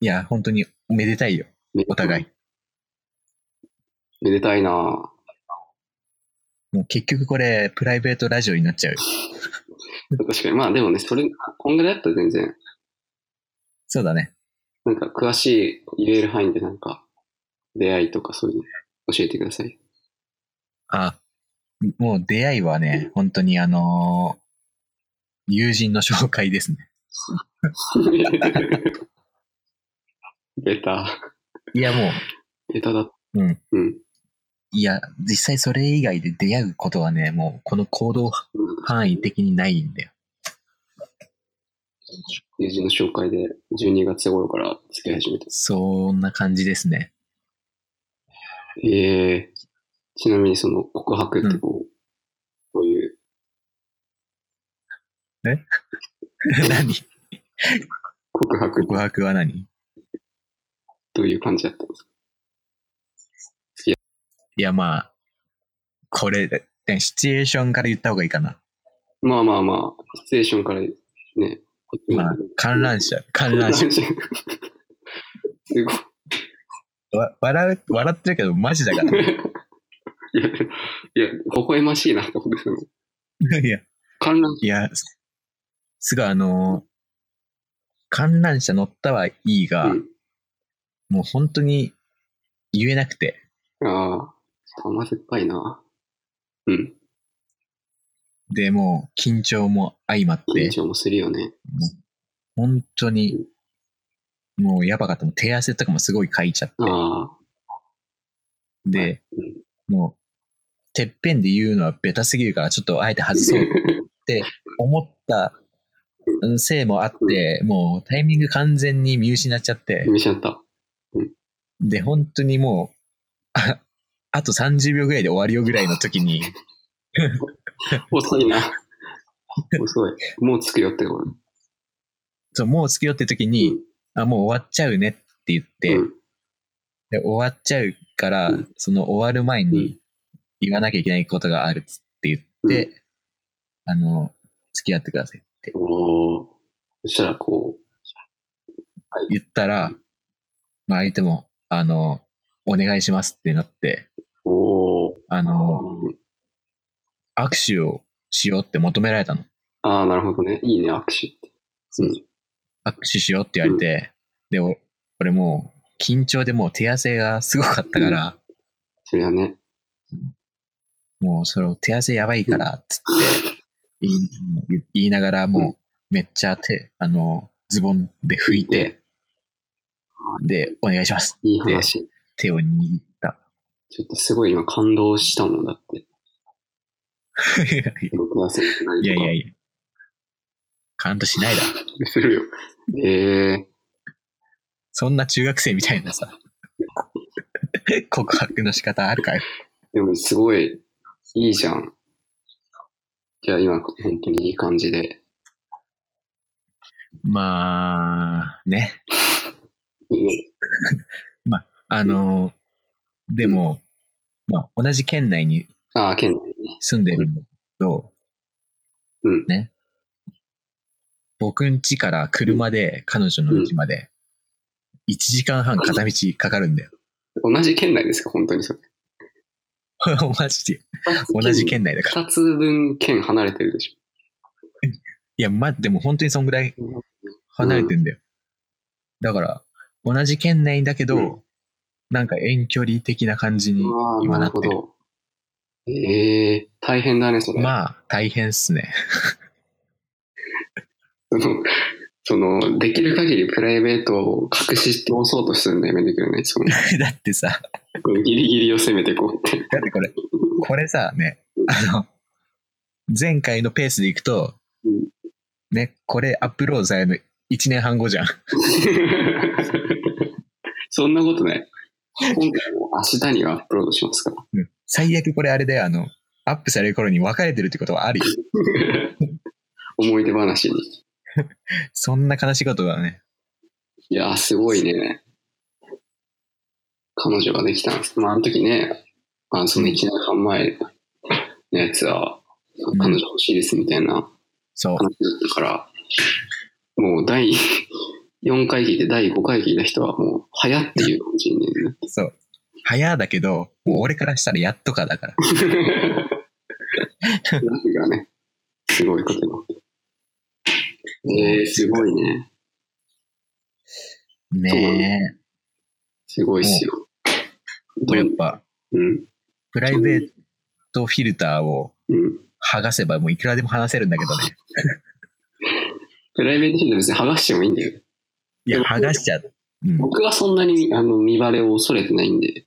A: いや、本当にめでたいよ。お互い。
B: めでたいな
A: もう結局これ、プライベートラジオになっちゃうよ。
B: 確かに。まあでもね、それ、こんぐらいだったら全然、
A: そうだね。
B: なんか詳しい、言える範囲でなんか、出会いとかそういうの教えてください。
A: あ、もう出会いはね、本当にあのー友人の紹介ですね。
B: ベタ、
A: いや、もう、
B: ベタだ。
A: うん。
B: うん。
A: いや、実際それ以外で出会うことはね、もうこの行動範囲的にないんだよ。
B: 友人の紹介で12月頃から付き合い始めた。
A: そんな感じですね。
B: ええちなみにその告白ってこう、こういう、
A: 何
B: 告白
A: 告白は何
B: どういう感じだったんですか
A: いや、まあ、これ、ねシチュエーションから言った方がいいかな。
B: まあまあまあ、シチュエーションからね、こっち
A: まあ、観覧車、観覧車。
B: すごい。
A: わ笑う、笑ってるけど、マジだから。
B: いや、いや、微笑ましいなってことですよね。
A: いや、
B: 観覧
A: いや、すすごいあのー観覧車乗ったはいいが、
B: うん
A: もう本当に言えなくて、
B: 車。ああ、ちょっと甘酸っぱいな。うん。
A: で、もう緊張も相まって
B: 緊、張もするよね。
A: 本当に、もうやばかった。もう手汗とかもすごいかいちゃって、
B: ああ、
A: で、もう、てっぺんで言うのはベタすぎるから、ちょっとあえて外そうって思ったうんせいもあって、もうタイミング完全に見失っちゃって、
B: 見ちゃった。
A: で、本当にもう、ああと30秒ぐらいで終わりよぐらいの時に、
B: 遅いな。遅い。もう着くよってこと
A: そうもう着くよって時に、あ、もう終わっちゃうねって言って、
B: うん
A: で終わっちゃうから、
B: うん
A: その終わる前
B: うん
A: に言わなきゃいけないことがあるっつって言って、あの、付き合ってくださいって
B: おお。そしたらこ
A: 言ったら、まあ相手も、あの、お願いしますってなって、
B: う、おお。
A: あの、握手をしようって求められたの。
B: ああ、なるほどね。いいね、握手って。うん
A: 握手しようって言われて、で、お俺もう、緊張でもう手汗がすごかったから、
B: それはね。
A: もうそれを手汗やばいから、つって言い、言いながら、
B: う
A: もう、めっちゃ手、あの、ズボンで拭いて、で、お願いします。
B: いい話。
A: 手を握った。
B: ちょっとすごい今感動したもんだって。僕はそうじゃない
A: いやいや
B: や。
A: いや。感動しないだろ。
B: するよ。ええ
A: そんな中学生みたい なさ、告白の仕方あるかよ。
B: でもすごい、いいじゃん。じゃあ今、本当にいい感じで。
A: まあ、ね。
B: いいね
A: あの、でも、まあ、同じ県内に
B: ああ、県内ね。
A: 住んでるんだけど、
B: うん
A: ね。僕ん家から車で彼女の家まで、1時間半片道かかるんだよ。
B: 同じ県内ですか本当にそれ。
A: マジで。同じ県内だから。
B: 二つ分県離れてるでし
A: いや、ま、でも本当にそんぐらい
B: ょ。
A: 離れてんだよ。だから、同じ県内だけど、
B: うん
A: なんか遠距離的な感じに
B: ああ、
A: 今
B: な
A: な
B: る
A: って
B: ほ
A: る。
B: ど。ええ大変だね、それ。
A: まあ、大変っすね。
B: その、その、できる限りプライベートを隠し通そうとするのやめてくれないその、
A: だってさ、
B: ギリギリを攻めてこうって。
A: だってこれ、これさ、ね、あの、前回のペースでいくと
B: うん、
A: ね、これアップロードされるの1年半後じゃん。
B: そんなことない。今回も明日にはアップロードしますから。
A: 最悪これあれで、あの、アップされる頃に別れてるってことはあるよ。
B: 思い出話に。
A: そんな悲しいことはね。
B: いやー、すごいね。彼女ができたんです。まあ、あの時ね、まあ、その1年半前のやつは、
A: ん
B: 彼女欲しいですみたいな
A: そう。
B: 話だったから、もう第4回聞いて第5回聞いた人はもう、早っていう感じになっ
A: そう。早だけど、もう俺からしたらやっとかだから。
B: て。なんがね、すごいことになって。えー、すごいね。
A: ね
B: すごいっすよ。
A: え。もうやっぱ、
B: うん。
A: プライベートフィルターを
B: うん。
A: 剥がせばもういくらでも話せるんだけどね。
B: プライベートフィルター別に剥がしてもいいんだよ。
A: いや、剥がしちゃう。うん。
B: 僕はそんなにあの見バレを恐れてないんで、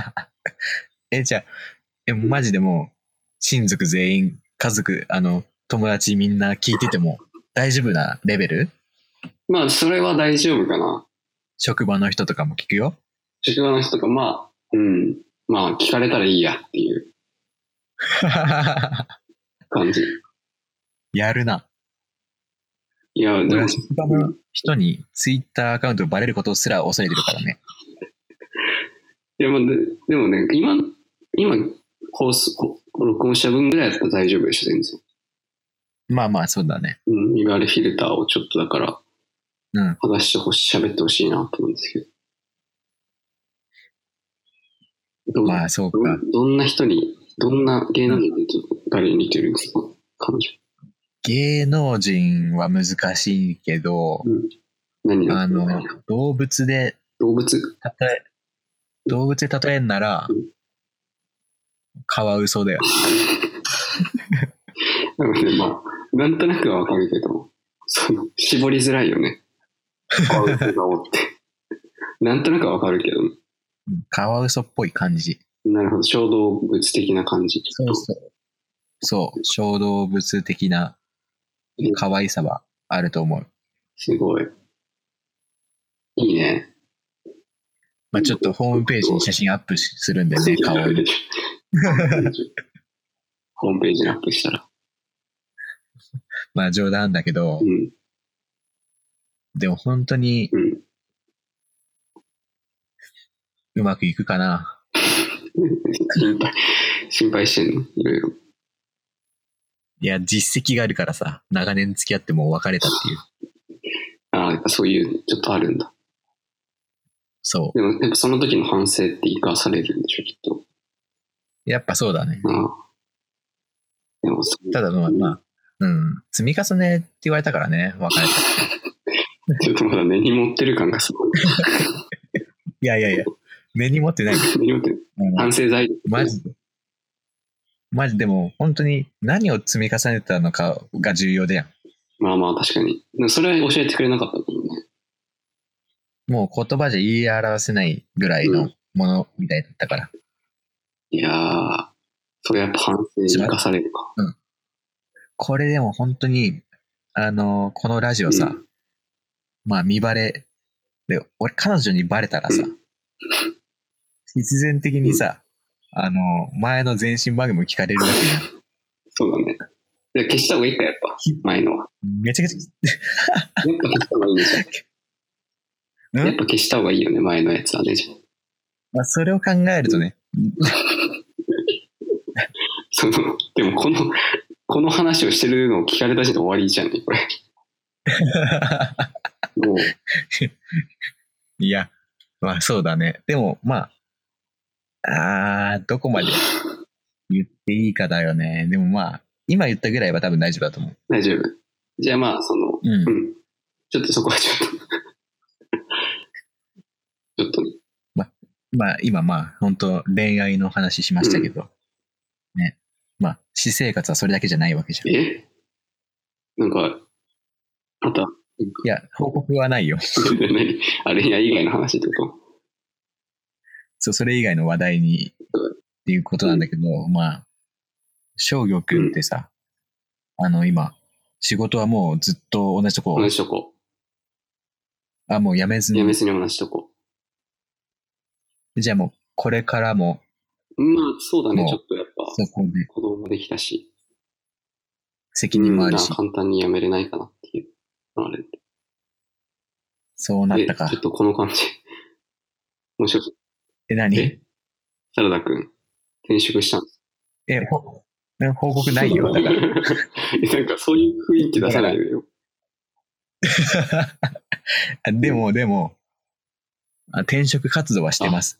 A: え、じゃあ、え、マジでもう、親族全員、家族、あの、友達みんな聞いてても大丈夫なレベル
B: まあそれは大丈夫かな。
A: 職場の人とかも聞くよ。
B: 職場の人とか、まあ、うん、まあ聞かれたらいいやっていう感じ。
A: やるな。
B: いや、で
A: 俺
B: も
A: は、職場の人にツイッターアカウントバレることすら恐れてるからね。
B: いやまあででもね、今、今、放送、こ録音した分ぐらいだったら大丈夫でしょ、全然。
A: まあまあ、そうだね。
B: うん、見バレフィルターをちょっとだから、
A: うん。
B: 剥がしてほしい、喋ってほしいなと思うんですけど。どう
A: まあ、そうか
B: ど。んどんな人に、どんな芸能人に誰に似てるんですか彼女。
A: 芸能人は難しいけど、
B: 何
A: あ
B: の
A: の、動物で
B: 動物
A: 例え、動物で例えんなら
B: うん、
A: カワウソだよ。
B: なので、まあ、なんとなくはわかるけど、その、絞りづらい よね。カワウソ顔って。なんとなくはわかるけど、
A: カワウソっぽい感じ。
B: なるほど、小動物的な感じ。
A: そう。そう、小動物的な
B: うん
A: 可愛さはあると思う。
B: すごい。いいね。
A: まあ、ちょっとホームページに写真アップしするんでね、顔を。
B: ホームページにアップしたら。
A: まあ冗談だけど
B: う、ん。
A: でも本当に
B: うん。
A: うまくいくかな。
B: 心配、心配してんのいろいろ。
A: いや、実績があるからさ、長年付き合ってもう別れたっていう。
B: ああ、やっぱそういう、ちょっとあるんだ。
A: そ
B: でも、やっぱその時の反省って生かされるんでしょ、きっと。
A: う。やっぱそうだね。
B: ああ。でも、そう
A: ただまあ、まあ、うん、積み重ねって言われたからね、別れた。
B: ちょっとまだ根に持ってる感がすごい。
A: いやいやいや、根に持ってない。
B: 根に持ってる反省材料。
A: マジで。マジでも、本当に何を積み重ねたのかが重要だよ。
B: まあまあ、確かに。でもそれは教えてくれなかったもんね。
A: もう言葉じゃ言い表せないぐらいのものみたいだったから。
B: いやー、それやっぱ反省に生かされるか。
A: これでも本当に、あの、このラジオさ、
B: うん
A: まあ見バレ、で、俺彼女にバレたらさ、
B: う
A: 必然的にさ、あの、前の前身番組も聞かれるわけじゃん。
B: そうだね。で消した方がいいか、やっぱ。前のは。
A: めちゃくち
B: やっぱ消した方がいいんじゃん。
A: ゃ、う
B: やっ
A: ん
B: ぱ消した方がいいよね、前のやつはね。じゃあ
A: まあ、それを考えるとね、
B: その、でもこの、この話をしてるのを聞かれた時点で終わりじゃんね、これ。もう、
A: いや、まあそうだね。でも、まあ、ああ、どこまで言っていいかだよね。でもまあ、今言ったぐらいは多分大丈夫だと思う。
B: 大丈夫。じゃあまあ、その、
A: う。
B: うんん。ちょっとそこはちょっと。ちょっとね。
A: まあ今まあ、本当恋愛の話しましたけど、ね。まあ、私生活はそれだけじゃないわけじゃん。い
B: えなんか、また、
A: や、報告はないよ。
B: 何 あれや以外の話ってこ
A: そう、それ以外の話題に、っていうことなんだけど、まあ、商業くんってさ、あの今、仕事はもうずっと同じと
B: と同
A: こ、
B: じとこ。
A: あ、もう辞めず
B: い
A: に
B: や、別に同じとこ。
A: じゃあもう、これからも、
B: まあ、そうだね、
A: もう
B: ちょっとやっぱ、
A: そこで
B: 子供もできたし、
A: 責任もある
B: う
A: し
B: ん、簡単にやめれないかなっていうのあれ。
A: そうなった
B: えちょ
A: か
B: っ。とこの感じ。 もう一つ。
A: え、何
B: えサラダくん、転職したんです。
A: え、ほえ報告ない よ。だから。
B: えなんかそういう雰囲気出さないでよ。
A: あ でも、でもあ、転職活動はしてます。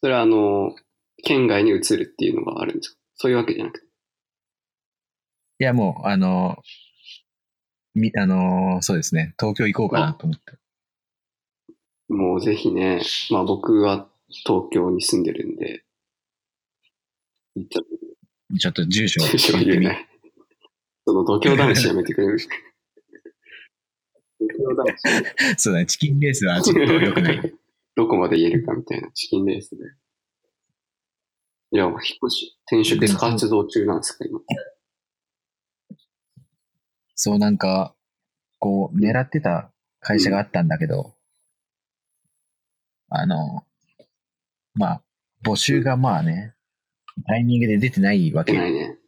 B: それはあの、県外に移るっていうのがあるんですかそういうわけじゃなくて。
A: いや、もう、あの、み、あの、そうですね。東京行こうかなと思って。
B: もうぜひね、まあ僕は東京に住んでるんで、行った
A: ちょっと住所を
B: 住所は
A: 聞いて
B: 言え
A: み
B: ない。その度胸試しやめてくれる。度胸試し。
A: そうだね。チキンレースはちょっと良くない。
B: どこまで言えるかみたいなチキンレースで。いや、もう引っ越し、転職活動中なんですか、今。
A: そう、なんか、こう、狙ってた会社があったんだけど、あの、まあ、募集がまあね、タイミングで出てないわ
B: 出な
A: け
B: いね。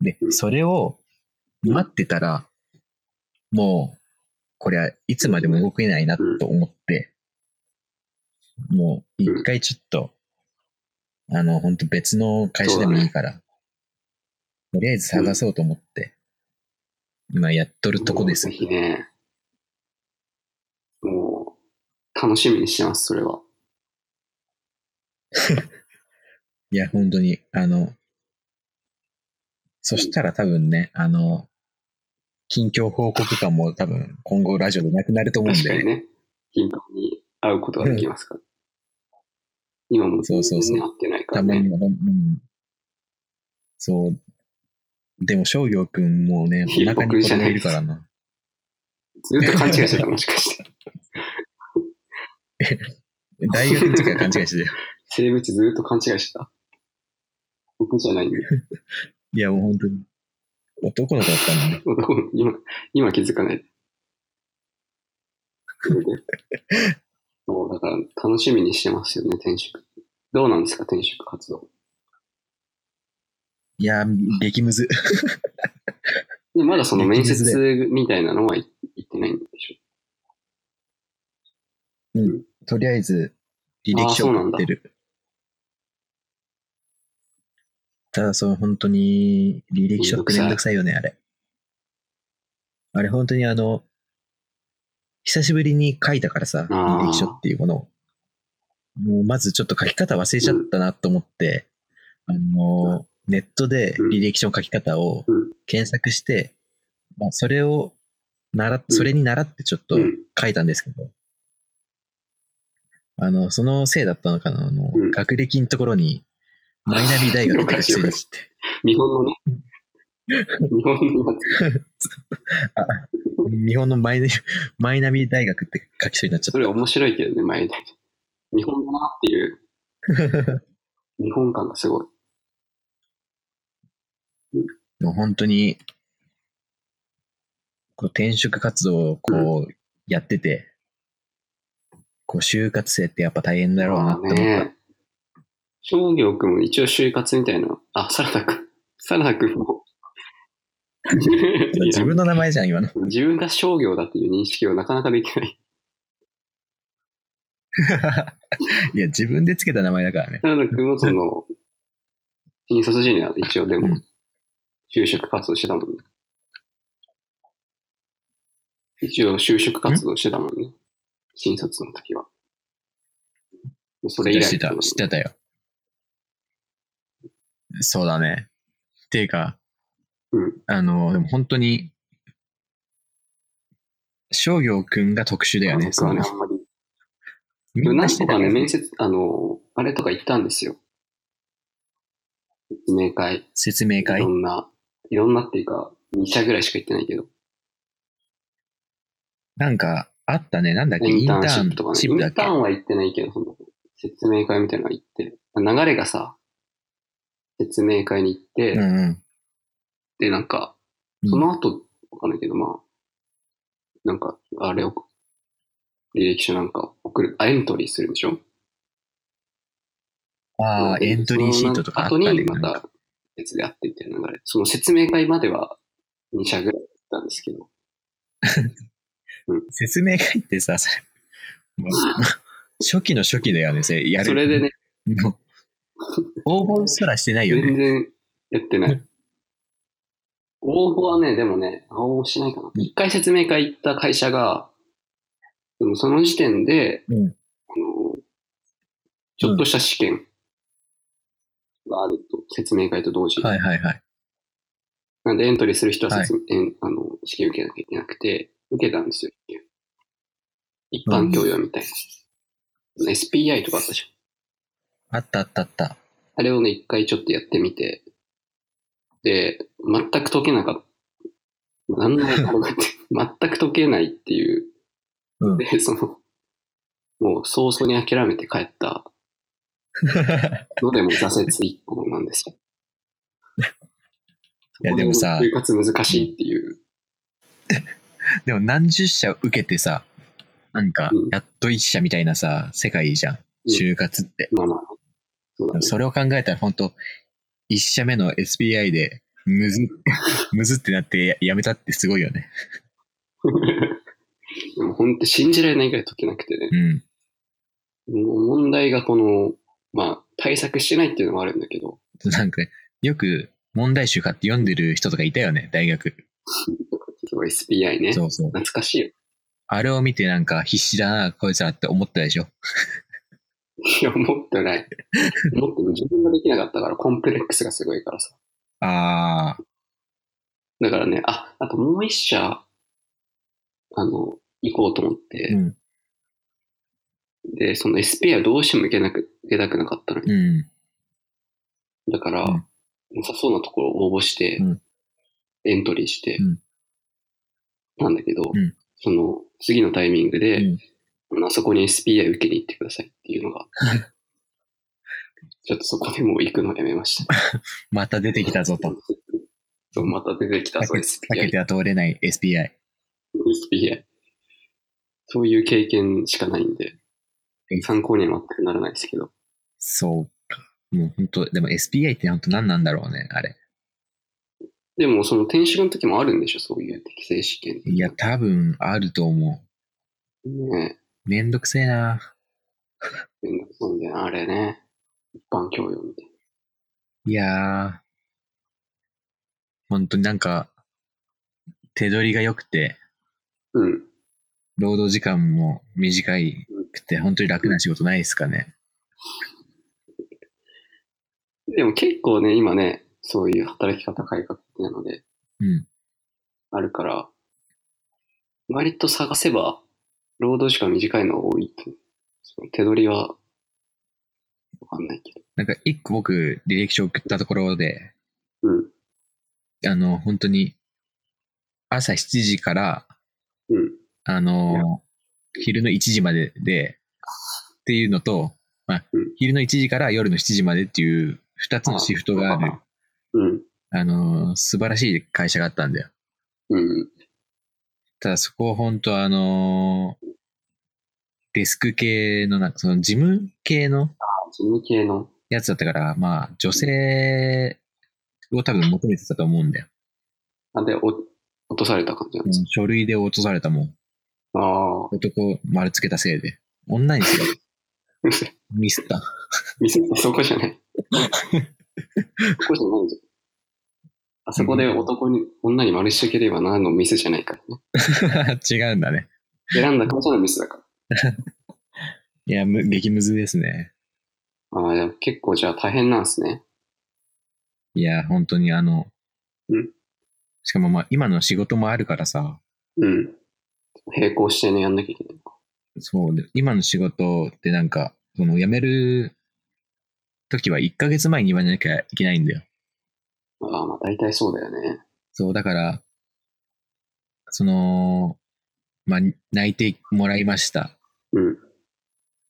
A: で、それを待ってたら、もう、これはいつまでも動けないなと思って、もう一回ちょっと、あの、本当別の会社でもいいから、とりあえず探そうと思って、今やっとるとこです
B: もう。ぜひね。もう、楽しみにしてます、それは。
A: いや、本当に、あの、そしたら多分ね、あの、近況報告感も多分今後ラジオでなくなると思うん
B: 確か
A: で、
B: にね。頻繁に会うことができますから。今も
A: そうそうそう
B: 会ってないか
A: た
B: ら
A: ま
B: ね。
A: には、うん。そう。でも、商業くんもね、
B: い
A: お
B: や
A: 腹
B: 僕
A: に子
B: じゃ
A: 供
B: ない
A: いるからな。
B: ずっと勘違いしてた、もしかして。
A: 大学の時は勘違いしてたよ。
B: 生物ずっと勘違いしてた。僕じゃないんで。
A: いや、もう本当に。男の子だったのね。
B: 男の今、今気づかない。そう、だから楽しみにしてますよね、転職。どうなんですか、転職活動。
A: いや、激ムズ。
B: でまだその面
A: いや
B: 接みたいなのはい行ってないんでし
A: とりあえず、履歴書を送ってる。ただ、そう、本当に、履歴書ってめんどくさいよね、あれ。あれ、本当にあの、久しぶりに書いたからさ、
B: あー
A: 履歴書っていうものを。もう、まずちょっと書き方忘れちゃったなと思って、あの、ネットで履歴書の書き方を
B: うん
A: 検索して、まあ、それを、習っ
B: うん
A: それに習ってちょっ
B: ょ。
A: と、書いたんですけど、あの、そのせいだったのかな、あの、
B: うん
A: 学歴のところに、マイナビ大学って書いてて、
B: 日本のね。日本のやつ。
A: 日本のマイナビマイナビ大学って書きそうになっちゃ
B: そ
A: っ
B: れ面白いけどね、前で。日本だなっていう、
A: た。
B: 日本感がすごい。
A: もう本当に、こう転職活動をこうやってて、こう就活生ってやっぱ大変だろうなって思った。
B: ね商業くんも一応就活みたいな。あ、サラダくん。サラダくんも。
A: 自分の名前じゃん、今の。
B: 自分が商業だっていう認識をなかなかできない。
A: いや、自分でつけた名前だからね。
B: なので、君もその、新卒時には一応で
A: う
B: も
A: ん、
B: 就職活動してたもんね。一応就職活動してたもんね。新卒の時は。それ以来
A: 知ってた、知ってたよ。そうだね。っていうか、
B: うん
A: あの、でも本当に、商業くんが特殊だよね。
B: 僕はね、
A: そ
B: あんまり。
A: の
B: でも
A: みんな
B: 何
A: して
B: と
A: た
B: か
A: よ
B: ね、
A: ね
B: 面接、あの、あれとか行ったんですよ。説明会。
A: 説明
B: い
A: 会
B: ろ。んな、いろんなっていうか、2社ぐらいしか行ってないけど。
A: なんか、あったね。なんだっけ、
B: イ
A: イ
B: ン
A: ンタ
B: ターンシ
A: ー
B: ッ
A: ン
B: プとかね。
A: シ
B: イ
A: ップだっ
B: ン
A: け
B: ター。ンは行ってないけど、その説明会みたいなのは行って、流れがさ、説明会に行って、
A: うんうん。
B: で、なんか、
A: うん
B: その後、わかんないけど、まあ、なんか、あれを、履歴書なんか送る、あエントリーするでしょ
A: ああ、
B: で
A: エントリーシートとかあっ
B: そ
A: た
B: の後
A: ね
B: に。ま
A: なんか
B: た別であってみたいな流れ。その説明会までは2社ぐらい行ったんですけど、
A: 説明会ってさ、それもう初期の初期だよね、それやる。
B: それでね、
A: もう、応募すらしてないよ
B: 全
A: ね。
B: 然やってな
A: う
B: い。応募はね、でもね、あ応募しないかな。一回説明会行った会社が、でもその時点で、
A: うん
B: あのちょっとした試験があると、説明会と同時に。
A: はいはいはい。
B: なんでエントリーする人は
A: はい
B: 説明、えんあの試験受けなきゃいけなくて、受けたんですよ、一件一般教養みたいな。SPI とかあったじゃん。
A: あったあったあった。
B: あれをね、一回ちょっとやってみて、で、全く解けなかった。なんでこうや って、全く解けないっていう。
A: うん
B: で、その、もう早々に諦めて帰ったのでも挫折一個なんですよ。
A: いやでもさ
B: 就活難しいっていう。
A: でも何十社受けてさ、なんか
B: うん、
A: やっと一社みたいなさ、世界じゃん。
B: うん
A: 就活って。
B: まあまあ。そうだね。
A: それを考えたら、本当一社目の SPI で、むず、 むずってなってややめたってすごいよね。
B: でも本当信じられないぐらい解けなくてね。
A: うん。
B: もう問題がこの、まあ、対策してないっていうのもあるんだけ ど、
A: なんか、よく問題集買って読んでる人とかいたよね、大学。
B: SPI ね。
A: そうそう。
B: 懐かしいよ。
A: あれを見てなんか必死だな、こいつらって思ったでしょ。
B: いや、思ってない。思っても自分ができなかったから、コンプレックスがすごいからさ。
A: あ
B: だからね、あ、あともう一社、あの、行こうと思っ
A: ー、
B: て、
A: うん、
B: で、その SPI はどうしても行けなく、出たくなかったのに。
A: うん、
B: だから、
A: うん
B: 良さそうなところを応募して、
A: うん
B: エントリーして、
A: うん
B: なんだけど、
A: うん
B: その次のタイミング
A: う
B: で、
A: ん
B: あのあそこに SPI 受けに行ってくださいっていう のが、ちょっとそこでもう行くのやめました。
A: また出てきたぞと。。
B: そう、また出てきたぞ、
A: 避け
B: SPI。
A: ては通れない SPI。
B: SPI。そういう経験しかないんで
A: う、ん
B: 参考には全くならないですけど。
A: そうか。もう本当でも SPI って本当何なんだろうね、あれ。
B: でも、その転職の時もあるんでしょ、そういう適正試験。
A: いや、多分あると思
B: ね
A: う。めんどくせえな。
B: え、めんどくさいんだよなあれね。一般教養みたい
A: いやー、本当になんか、手取りが良くて、
B: な。うん。
A: 労働時間も短いくて、本当に楽な仕事ないですかね。
B: でも結構ね、今ね、そういう働き方改革なので、
A: うん。
B: あるから、割と探せば、労働時間短いのが多いと。その手取りは、わかんないけど。
A: なんか、一個僕、履歴書送ったところで、
B: うん。
A: あの、本当に、朝7時から、
B: うん。
A: あの、昼の1時までで、っていうのと、まあ
B: うん、
A: 昼の1時から夜の7時までっていう、二つのシフトがある、
B: うん。
A: あの、素晴らしい会社があったんだよ。
B: うん。
A: ただそこは本当あのーデスク系の、なんかその事務系の
B: 事務系の。
A: やつだったから、まあ女性を多分求めてたと思うんだよ。
B: あ、で、お落とされた感じなん
A: う
B: です
A: ん書類で落とされたもん。
B: か。ああ。
A: 男丸つけたせいで。女にしろ。 ミスった。
B: 見せた、そこじゃない。そこじゃないじゃん。あそこで男に、女に丸しとければ何のミスじゃないからね。
A: 違うんだね。
B: 選んだ会社のミスだから。
A: いや、む激ムズですね。
B: ああ、でも結構じゃあ大変なんですね。
A: いや、本当にあの、
B: うん
A: しかもまあ今の仕事もあるからさ、
B: うん。並行してね、やんなきゃいけない。
A: そうで、今の仕事ってなんか、その辞める時は1ヶ月前に言わなきゃいけないんだよ。
B: ああ、まあ大体そうだよね。
A: そう、だから、その、まあ、内定もらいました。
B: うん。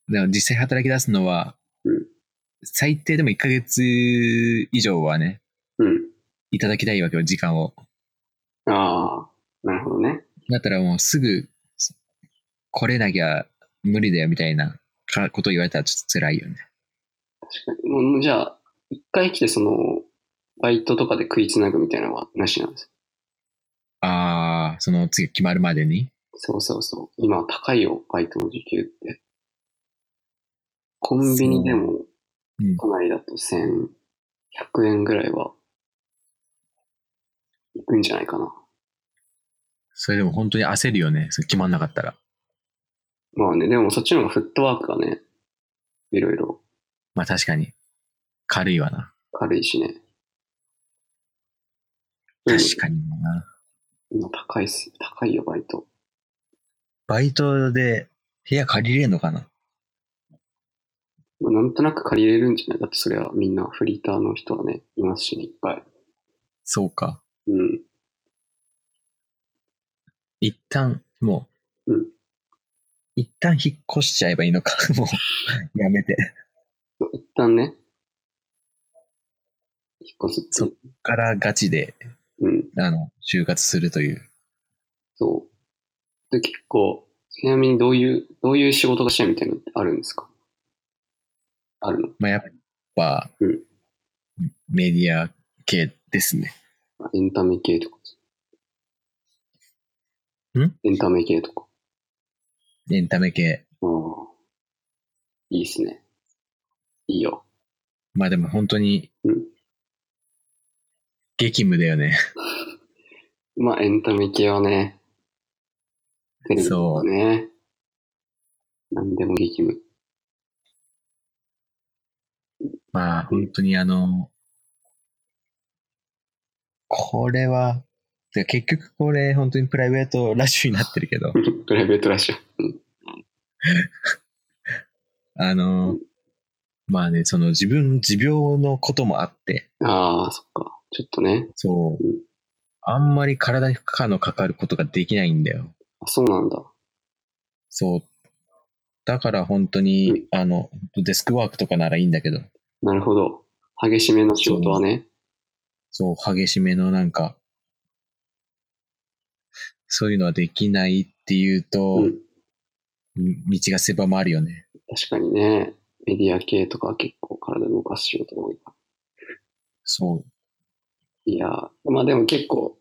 A: でも実際働き出すのは
B: うん、
A: 最低でも1ヶ月以上はね、
B: うん。
A: いただきたいわけよ、時間を。
B: ああ、なるほどね。
A: だったらもうすぐ来れなきゃ無理だよみたいなかこと言われたらちょっと辛いよね。
B: 確かに。もうじゃあ、一回来てその、バイトとかで食いつなぐみたいなのはなしなんですよ
A: ああ、その次決まるまでに。
B: そうそうそう。今は高いよ、バイトの時給って。コンビニでも、
A: うん
B: 都内だと1100円ぐらいは、いくんじゃないかな。
A: それでも本当に焦るよね。それ決まんなかったら。
B: まあね、でもそっちの方がフットワークがね、いろいろ
A: まあ確かに。軽いわな。
B: 軽いしね。
A: 確かにな。
B: に。今高いっす。高いよ、バイト。
A: バイトで部屋借りれんのかな
B: まあ、なんとなく借りれるんじゃないだってそれはみんなフリーターの人はね、いますしね、いっぱい。
A: そうか。
B: うん。
A: 一旦、もう、
B: うん
A: 一旦引っ越しちゃえばいいのか。 もう、やめて。
B: 一旦ね、引っ越すって
A: そ
B: いう
A: からガチで、
B: う。うん、
A: あの、就活するという。
B: そう。で、結構、ちなみにどういう、どういう仕事がしたいみたいなのってあるんですかあるの
A: まあやっぱ、
B: うん
A: メディア系ですね。
B: あエンタメ系とか。
A: ん
B: エンタメ系とか。
A: エンタメ系。
B: ああ。いいっすね。いいよ。
A: まあでも本当に
B: うん、
A: 激務だよね。
B: まあ、エンタメ系はね、テレビとかね、なんでも激務。
A: まあ本当にあの、これは、てか結局これ本当にプライベートラッシュになってるけど、
B: プライベートラッシュ。うん
A: あの、まあね、その自分、持病のこともあって、
B: ああ、そっか。ちょっとね。
A: そう
B: うん。
A: あんまり体に負荷のかかることができないんだよ。
B: あそうなんだ。
A: そう。だから本当に、あの、デスクワークとかならいいんだけど、
B: なるほど。激しめの仕事はね。
A: そう、激しめのなんか、そういうのはできないっていうと、
B: うん。
A: 道が狭まるよね。
B: 確かにね。メディア系とかは結構体動かす仕事が多いから。
A: そう。
B: いやー、まあでも結構、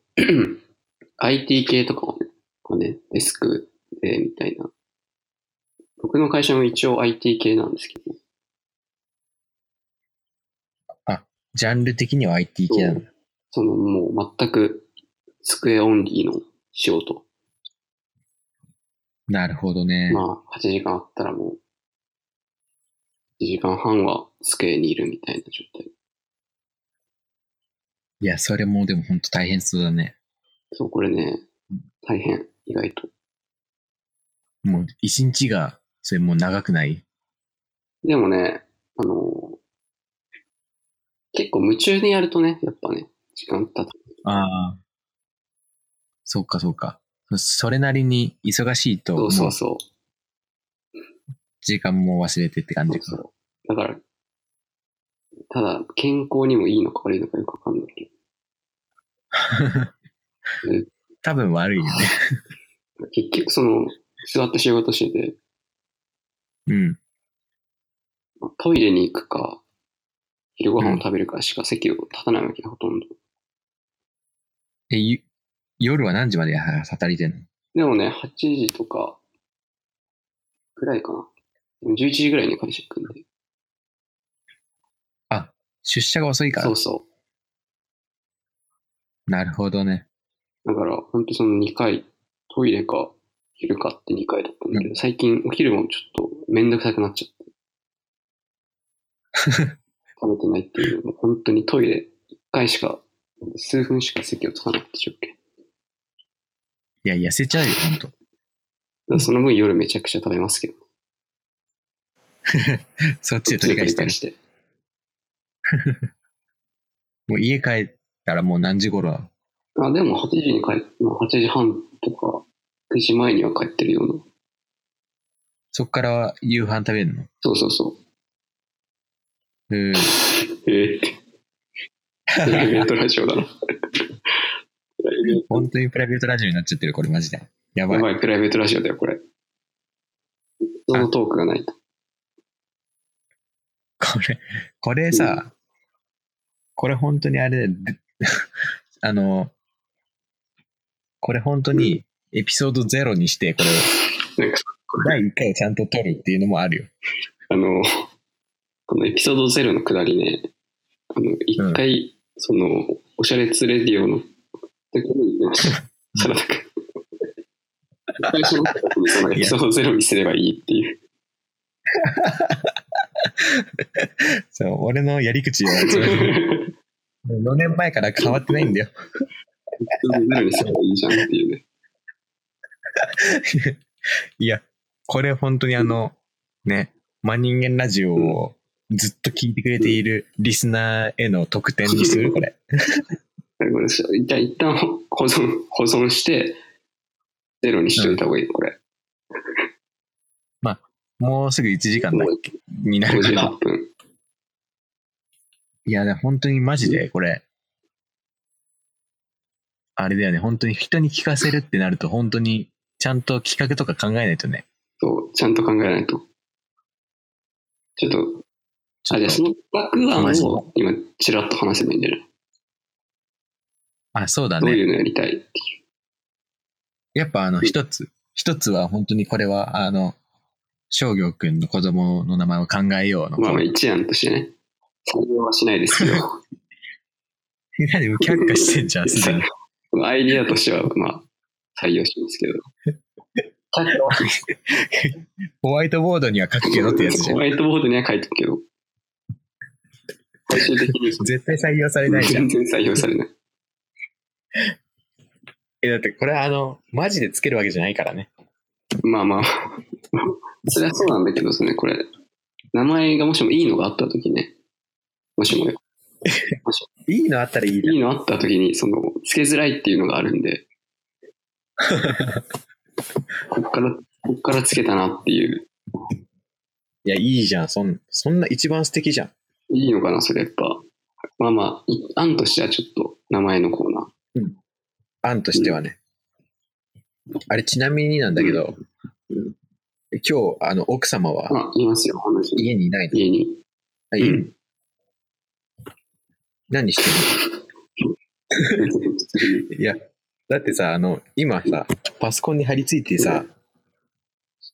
B: IT 系とかもね、こうね、デスクでみたいな。僕の会社も一応 IT 系なんですけど、
A: ジャンル的には IT 系なの。
B: そのもう全く机オンリーの仕事。
A: なるほどね。
B: まあ、8時間あったらもう、1時間半は机にいるみたいな状態。
A: いや、それもでも本当大変そうだね。
B: そう、これね、大変、意外と。
A: もう一日が、それもう長くない。
B: でもね、あの、結構夢中でやるとね、やっぱね、時間経つ。
A: ああ。そうか、そうか。そそれなりに忙しいと、
B: そうそう
A: も
B: そう
A: 時間も忘れてって感
B: う。
A: じ
B: そう
A: か。
B: そうだから、ただ、健康にもいいのか悪いのかよくわかんないけうん
A: 多分悪いよね。
B: ど、結局その、座って仕事してて、
A: うん。
B: トイレに行くか、昼ご飯を食べるかしか席を立たないわけ、ほとんど。
A: え、ゆ夜は何時まで働いてんの
B: でもね、8時とか、ぐらいかな。11時ぐらいに会社行くんで。
A: あ、出社が遅いか
B: そ
A: ら
B: う。そう。
A: なるほどね。
B: だから、ほんとその2回、トイレか、昼かって2回だったんだけど、最近お昼もちょっとめんどくさくなっちゃって。食べてないっていう、もう本当にトイレ1回しか、数分しか席を取らなくてしょっけ。だか
A: いや、痩せちゃうよ、ほんと。
B: らその分夜めちゃくちゃ食べますけど。
A: そっちで取り返してる。
B: して。
A: もう家帰ったらもう何時頃なの
B: あ、でも8時に帰っ、まあ8時半とか、9時前には帰ってるような。
A: そっから夕飯食べるの
B: そうそうそう。
A: うん。
B: ええって。プライベートラジオだな。プライベー
A: 本当にプライベートラジオになっちゃってる、これマジで。や
B: ト
A: ば
B: や
A: い。
B: ばい、プライベートラジオだよ、これ。そのトークがないと。
A: これ、これさ、これ本当にあれ、で あの、これ本当にエピソードゼロにして、これ
B: なんか、
A: 第1回をちゃんと撮るっていうのもあるよ。
B: あの、このエピソード0のくだりね、あの、一回、その、おしゃれつレディオの、で、ここに行きました。そのなんか、一回その、そのエピソード0にすればいいっていう。
A: そう俺のやり口 は、それ4年前から変わってないんだよ。
B: 0にすればいいじゃんっていうね。
A: いや、これ本当にあの、ね、真人間ラジオをずっと聞いてくれているリスナーへの特典にするこれ。
B: だからこれ一旦、一旦保存、保存して、ゼロにしといた方がいい、これ。
A: もうすぐ1時間だ
B: も
A: っ
B: う
A: けになるから。
B: 58分。
A: いや、ね、本当にマジでこれ。あれだよね、本当に人に聞かせるってなると、本当にちゃんと企画とか考えないとね。
B: そう、ちゃんと考えないと。ちょっと、
A: ちょ
B: あ、
A: っ
B: じゃ
A: と
B: あその爆案
A: マジで
B: を今、ちらっと話せばいいんじゃない
A: あ、そうだ
B: どう
A: ね。
B: いうのやりたいって
A: やっぱあの、一つ、一つは本当にこれは、あの、商業くんの子供の名前を考えようの。
B: まあまあ、一案としてね。採用はしないですけど、
A: 何も却下してんじゃん、すでに。
B: アイディアとしては、まあ、採用しますけど。
A: ホワイトボードには書くけどってやつじゃ
B: ホ
A: ん。
B: ワイトボードには書いてるけど、最終的に
A: 絶対採用されないじゃん
B: 全。然採用されない。
A: え、だってこれはあの、マジでつけるわけじゃないからね。
B: まあまあ、それはそうなんだけどですね、これ。名前がもしもいいのがあったときね、もしもよ、
A: いいのあったらいい
B: いいのあったときに、その、つけづらいっていうのがある んで、こっから、こっからつけたなっていう、
A: いや、いいじゃん。そんそんな一番素敵じゃん。
B: いいのかな、それやっぱ。まあまあ、い案としてはちょっと名前のコーナー。
A: 案としてはね。あれ、ちなみになんだけど、今日、あの、奥様は
B: まあ、言いますよ、話。
A: 家にいないの。
B: 家に。
A: あ
B: う
A: 家に
B: ん。
A: 何してるのいや、だってさ、あの、今さ、パソコンに貼り付いてさ、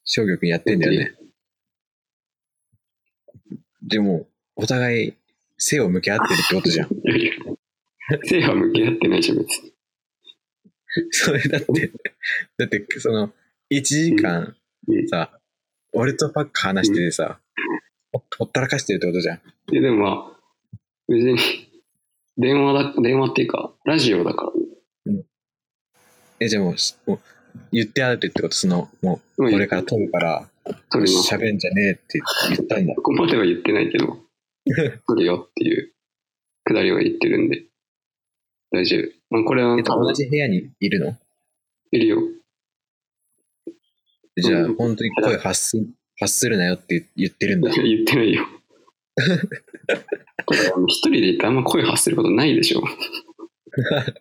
A: 商業くんやってんだよね。でも、お互い背を向け合ってるってことじゃん。
B: いやいや 手は向き合ってないじゃん、別に。
A: それだって、だってその、1時間
B: うん
A: さ、俺とパック話しててさ、ほほったらかしてるってことじゃん。
B: いや、でもまあ、別に、電話だ、電話っていうか、ラジオだから。
A: え、じゃあもう、しもう言ってあるってこと、その、もう、
B: まあ
A: これから撮るから、
B: 撮ります。
A: 喋んじゃねえって言ったんだ。
B: ここまでは言ってないけど、撮るよっていう、くだりは言ってるんで、大丈夫。まあ、これは
A: えっと、同じ部屋にいるの
B: いるよ。
A: じゃあ
B: うん、
A: 本当に声発す発するなよって言ってるんだ。
B: 言ってないよ。これあの一人でいてあんま声発することないでしょ。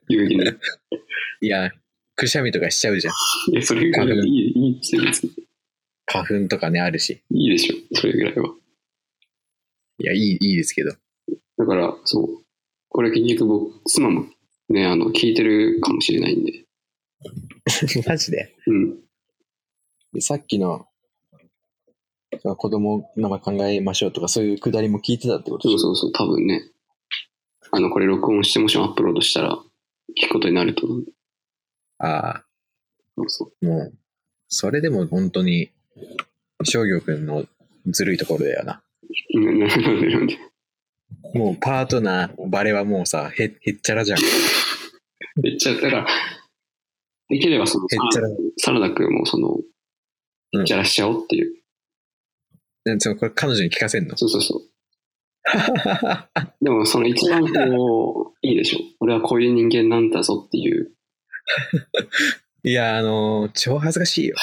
B: 有意義に。
A: いや、くしゃみとかしちゃうじゃん。
B: いや、それぐらいいい、いいっすよ、別に。
A: 花粉とかね、あるし。
B: いいでしょ、それぐらいは。
A: いや、いい、いいですけど。
B: だから、そう。これ結局僕、妻もね、あの、聞いてるかもしれないんで。
A: マジで
B: うん。
A: でさっきの、その子供の名前考えましょうとか、そういうくだりも聞いてたってこと
B: そ
A: で
B: う
A: しょ
B: そうそう、多分ね。あの、これ録音して、もしもアップロードしたら、聞くことになると思う。
A: あ
B: そうそ
A: あ、
B: う
A: もう、それでも本当に、商業くんのずるいところだよな。
B: なななんでなんで。
A: もうパートナーバレはもうさ、へへっちゃらじゃん。へ
B: めっちゃ、だから、できればその、
A: っちゃら。
B: サラダ君もその、
A: うん
B: じゃらしちゃおうっていう。
A: うんそのこれ彼女に聞かせんの
B: そうそうそう。でもその一番こう、いいでしょ。俺はこういう人間なんだぞっていう。
A: いや、あのー超恥ずかしいよ。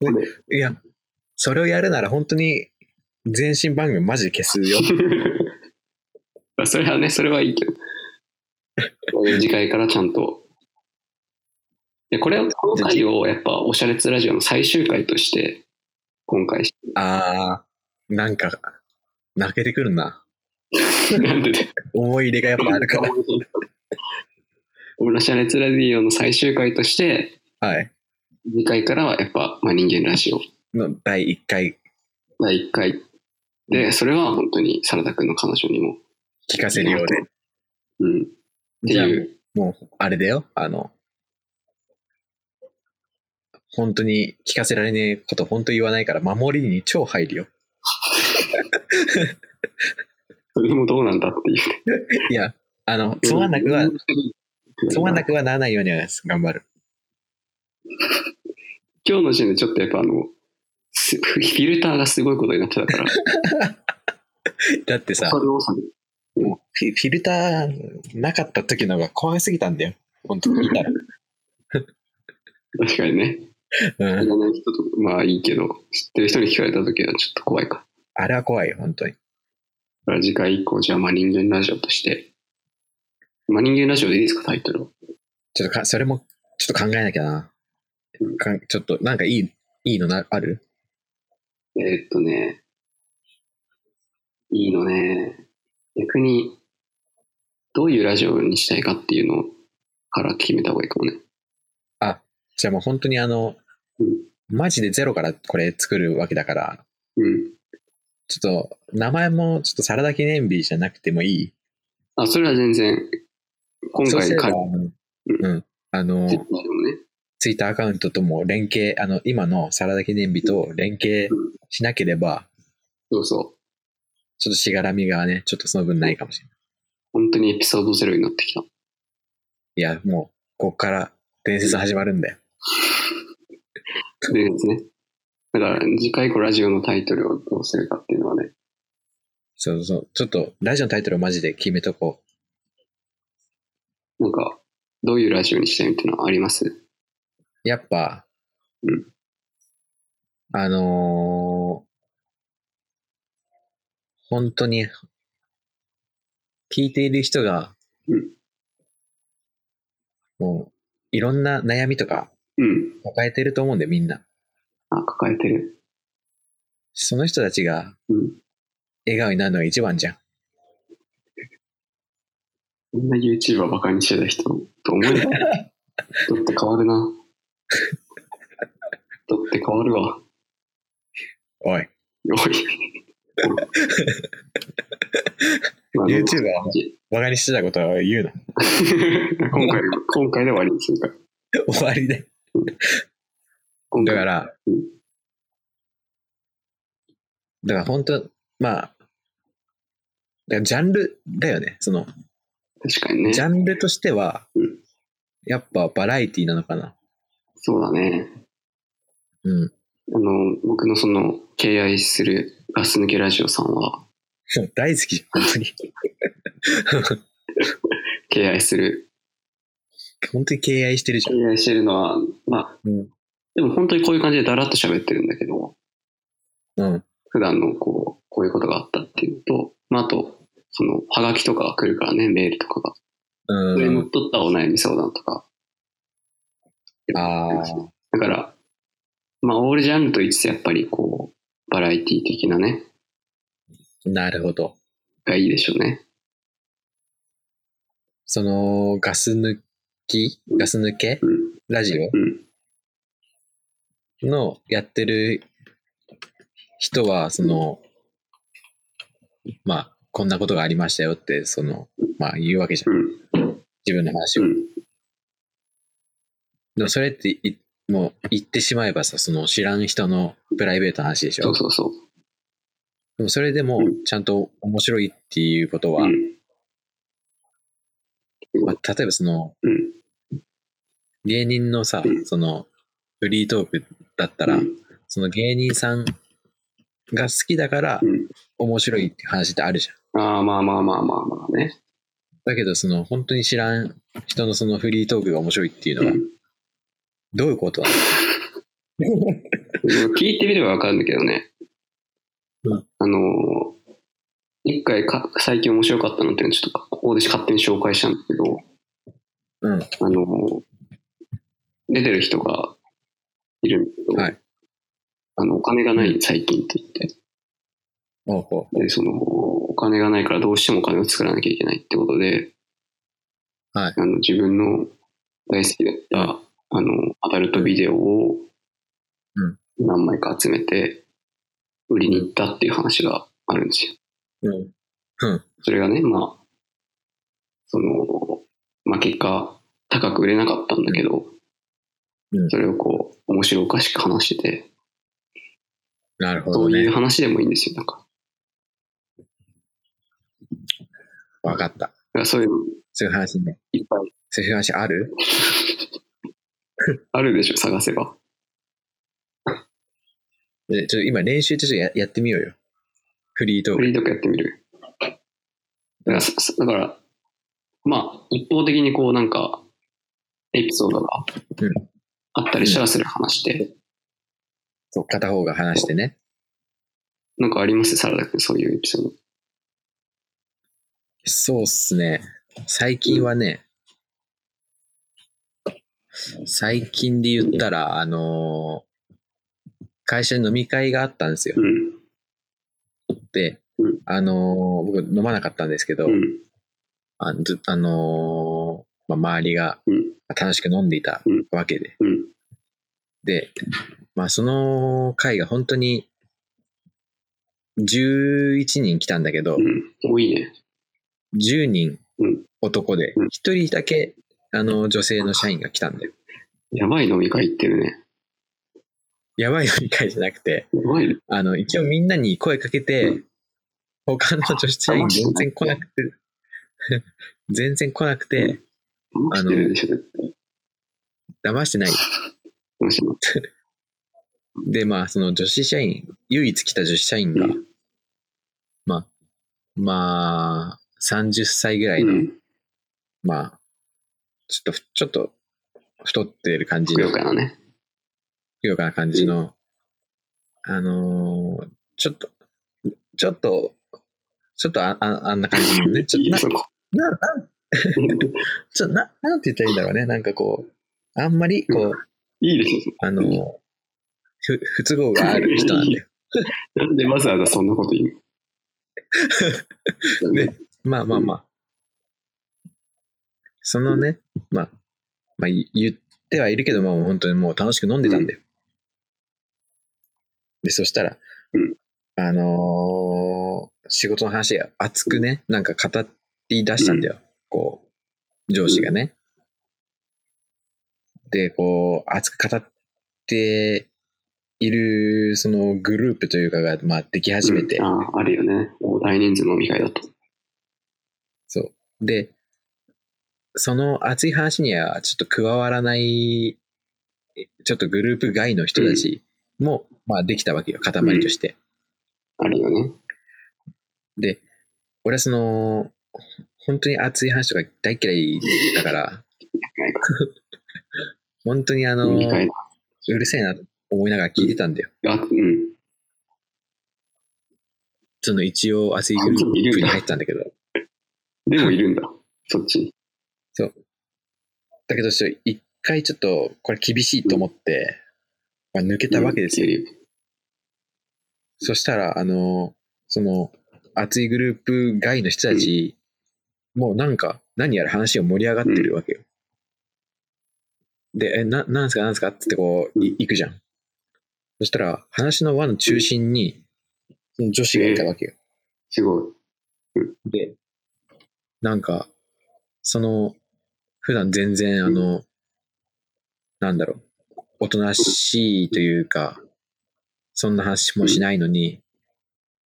B: 俺
A: いや、それをやるなら本当に全身番組マジで消すよ。
B: まあそれはね、それはいいけど。次回からちゃんと。いやこれを、この回をやっぱ、おしゃれつラジオの最終回として、今回し、
A: あー、なんか、泣けてくるな。
B: なんでだよ
A: 思い入れがやっぱあるから。
B: 俺のシャレツラディオの最終回として、
A: はい。
B: 次回からはやっぱ、まあ、人間ラジオ
A: の第1回。
B: 第1回で、それは本当にサラダ君の彼女にも。
A: 聞かせるようで。
B: うん。って
A: じゃあ
B: いう。
A: もう、あれだよ。あの、本当に聞かせられねえこと本当言わないから、守りに超入るよ。
B: それもどうなんだっていう。
A: いや、あの、つまんなくは、つまんな
B: く。
A: くはならないようには頑張る。
B: 今日の時点でちょっとやっぱあの、すフィルターがすごいことになって たから、
A: だってさ、
B: それをさ、
A: フィフィルターなかった時の方が怖すぎたんだよ。本当聞いたら。
B: 確かにね、
A: う
B: 知
A: ん。
B: らない人とか、まあいいけど、知ってる人に聞かれた時はちょっと怖いか。
A: あれは怖いよ、本当に。
B: だから次回以降、じゃあ、まあ人間ラジオとして、まあ人間ラジオでいいですか、タイトルは。
A: ちょっとか、それも、ちょっと考えなきゃな。かんちょっと、なんかいい、いいのなある
B: えーっとね、いいのね、逆に、どういうラジオにしたいかっていうのから決めた方がいいかもね。
A: じゃあもう本当にあの
B: うん、
A: マジでゼロからこれ作るわけだから、
B: うん。
A: ちょっと、名前もちょっとサラダ記念日じゃなくてもいい
B: あ、それは全然、今
A: そう
B: 回
A: すれば、
B: か、
A: うん。あの、
B: 絶対でもね、
A: ツイッターアカウントとも連携、あの、今のサラダ記念日と連携しなければ、
B: そうそう。
A: ちょっとしがらみがね、ちょっとその分ないかもしれない。
B: 本当にエピソードゼロになってきた。
A: いや、もう、ここから伝説始まるんだよ。
B: でですね。だから、次回以降ラジオのタイトルをどうするかっていうのはね、
A: そうそう。ちょっと、ラジオのタイトルをマジで決めとこう。
B: なんか、どういうラジオにしたいみたいなのあります
A: やっぱ、
B: うん
A: あのー本当に、聞いている人が、
B: うん
A: もう、いろんな悩みとか
B: うん。
A: 抱えてると思うんで、みんな。
B: あ、抱えてる。
A: その人たちが
B: うん。
A: 笑顔になるのが一番じゃん。
B: こんな YouTuber バカにしてた人と思え ない。人って変わるな。人って変わるわ。
A: おい、
B: おい。 まあ
A: YouTuber はバカにしてたことは言うな。
B: 今回、今回で終わりにするから。
A: 終わりで。
B: 今
A: だ
B: 回
A: から
B: うん、
A: だから本当、まあ、だからジャンルだよね。その、
B: 確かにね
A: ジ。ャンルとしては
B: うん、
A: やっぱバラエティなのかな。
B: そうだね。
A: うん。
B: あの、僕のその、敬愛するガス抜けラジオさんは、
A: 大好き、本当に。
B: 敬愛する。
A: 本当に敬愛してるじゃん。
B: 敬愛してるのは、まあ、
A: うん
B: でも本当にこういう感じでだらっと喋ってるんだけど、
A: うん。
B: 普段のこう、こういうことがあったっていうのと、まあ、あと、その、はがきとかが来るからね、メールとかが。それに
A: う
B: の
A: ん
B: っ。とったお悩み相談とか。
A: ああ、
B: だから、まあ、オールジャンルと言いつつ、やっぱりこう、バラエティ的なね、
A: なるほど。
B: がいいでしょうね。
A: その、ガス抜き、ガス抜け
B: うん。
A: ラジオ
B: うん。
A: のやってる人は、その、まあ、こんなことがありましたよって、その、まあ言うわけじゃん。
B: うん。
A: 自分の話
B: う
A: を。
B: ん。
A: でもそれってい、もう言ってしまえばさ、その知らん人のプライベートの話でしょ
B: そうそうそう。
A: でもそれでも
B: うん
A: ちゃんと面白いっていうことは、
B: うん。
A: まあ、例えばその
B: うん。
A: 芸人のさ、
B: うん
A: そのフリートークだったら、
B: うん
A: その芸人さんが好きだから
B: うん。
A: 面白いって話ってあるじゃん。
B: ああ、まあまあまあまあまあね。
A: だけどその本当に知らん人のそのフリートークが面白いっていう
B: う
A: のは
B: ん
A: どういうことなの
B: 聞いてみればわかるんだけどね。
A: うん
B: あのー、一回か、最近面白かったのっていうのをちょっとここで勝手に紹介したんだけど、
A: うん。
B: あのー、出てる人がいるんだけど、
A: はい
B: あの、お金がない最近って言って、
A: おうおう
B: で、その、お金がないからどうしてもお金を作らなきゃいけないってことで、
A: はい
B: あの、自分の大好きだった、あの、アダルトビデオを
A: うん、
B: 何枚か集めて、売りに行ったっていう話があるんですよ。
A: うん。
B: それがね、まあ、その、まあ結果、高く売れなかったんだけど、
A: うん
B: それをこう、面白おかしく話してて、
A: なるほ
B: そ
A: ど
B: ういう
A: ね。
B: 話でもいいんですよ、なんか。
A: わかった。
B: だからそういうの
A: そういう話ね。
B: いっぱい
A: そういう話ある
B: あるでしょ、探せば。
A: えちょっと今練習中ちょっとややってみようよ。フリートー
B: フ
A: ク。
B: リートークやってみる。だから、そそだからまあ、一方的にこう、なんか、エピソードが
A: うん
B: あったりしたらそれ話して、
A: そう片方が話してね。
B: なんかありますサラダ君、そういうエピソード。
A: そうっすね。最近はね、最近で言ったら、あのー会社に飲み会があったんですよ
B: う。ん。
A: で
B: うん、
A: あのー僕飲まなかったんですけど、
B: うん。
A: あずあのーまあ、周りが
B: うん
A: 楽しく飲んでいた
B: うん
A: わけで、
B: うん。
A: で、まあ、その会が本当に11人来たんだけど、
B: うん。多いね。
A: 10人
B: うん
A: 男で
B: うん、
A: 1人だけあの女性の社員が来たんだよ。
B: やばい飲み会行ってるね。
A: やばい飲み会じゃなくて、
B: やばいね。
A: あの、一応みんなに声かけ
B: う
A: て
B: ん、
A: 他の女子社員全然来なくて、 全然来なく
B: う
A: て、
B: 来てるでしょ、絶対。
A: 騙してない。
B: どうしても。
A: で、まあ、その女子社員、唯一来た女子社員が、
B: うん
A: まあ、まあ、30歳ぐらいうの、
B: ん。
A: まあ、ちょっと、ちょっと、太ってる感じ
B: ふく
A: の
B: よ、かなね。
A: ふくよかな感じの、あのーちょっと、ちょっと、ちょっとあああんな感じのね、ちょっ と
B: いい
A: な
B: そこ。
A: な、な、ちょっとな、なんて言ったらいいんだろうね。なんかこう、あんまり、こう、
B: いいですよ。
A: あのー、ふ、不都合がある人なんだよ。
B: なんでわざわざそんなこと言う の
A: ねまあまあまあ。そのね、まあ、まあい言ってはいるけど、まあもう本当にもう楽しく飲んでたんだよ。で、そしたら
B: うん、
A: あのー仕事の話が熱くね、なんか語り出したんだよ。こう、上司がね。で、こう、熱く語っている、そのグループというかが、まあ、でき始めて
B: うん、ああ、あるよね。もう大人数の飲み会だと。
A: そう。で、その熱い話にはちょっと加わらない、ちょっとグループ外の人たちも、まあできたわけよ、塊として。
B: あるよね。
A: で、俺はその、本当に熱い話とか大嫌いだから、本当にあの、
B: 飲み会
A: う
B: だ。
A: るせえなと思いながら聞いてたんだよ。
B: あ、うん。
A: その一応熱いグループに入ってたんだけど。
B: でもいるん だ。そっちに。
A: だけど、ちょっと一回ちょっとこれ厳しいと思って、まあ、抜けたわけですよ。
B: よ。
A: そしたら、あの、その、熱いグループ外の人たち、もうなんか、何やら話を盛り上がってるわけよ。で、え、な、なんすかなんすかっつってこう、い行くじゃん。そしたら、話の輪の中心に、その女子がいたわけよ。
B: すごい。
A: で、なんか、その、普段全然、あの、なんだろう、おとなしいというか、そんな話もしないのに、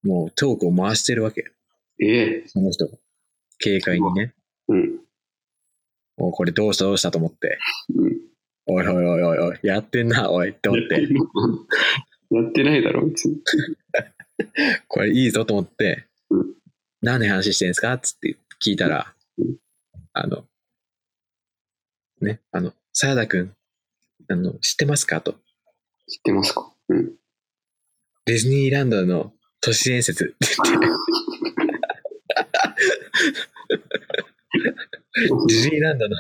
A: もうトークを回してるわけ。
B: ええ
A: その人が。軽快にね。
B: うん。
A: もうこれどうしたどうしたと思って、
B: うん。
A: おいおいおいおいおい、やってんな、おいって思って、
B: やってないだろ、別に。
A: これいいぞと思って
B: うん、
A: 何の話してんすかっつって聞いたら
B: うん、
A: あの、ね、あの、サラダくん、あの、知ってますかと。
B: 知ってますかうん。
A: ディズニーランドの都市伝説って言って、ディズニーランドの、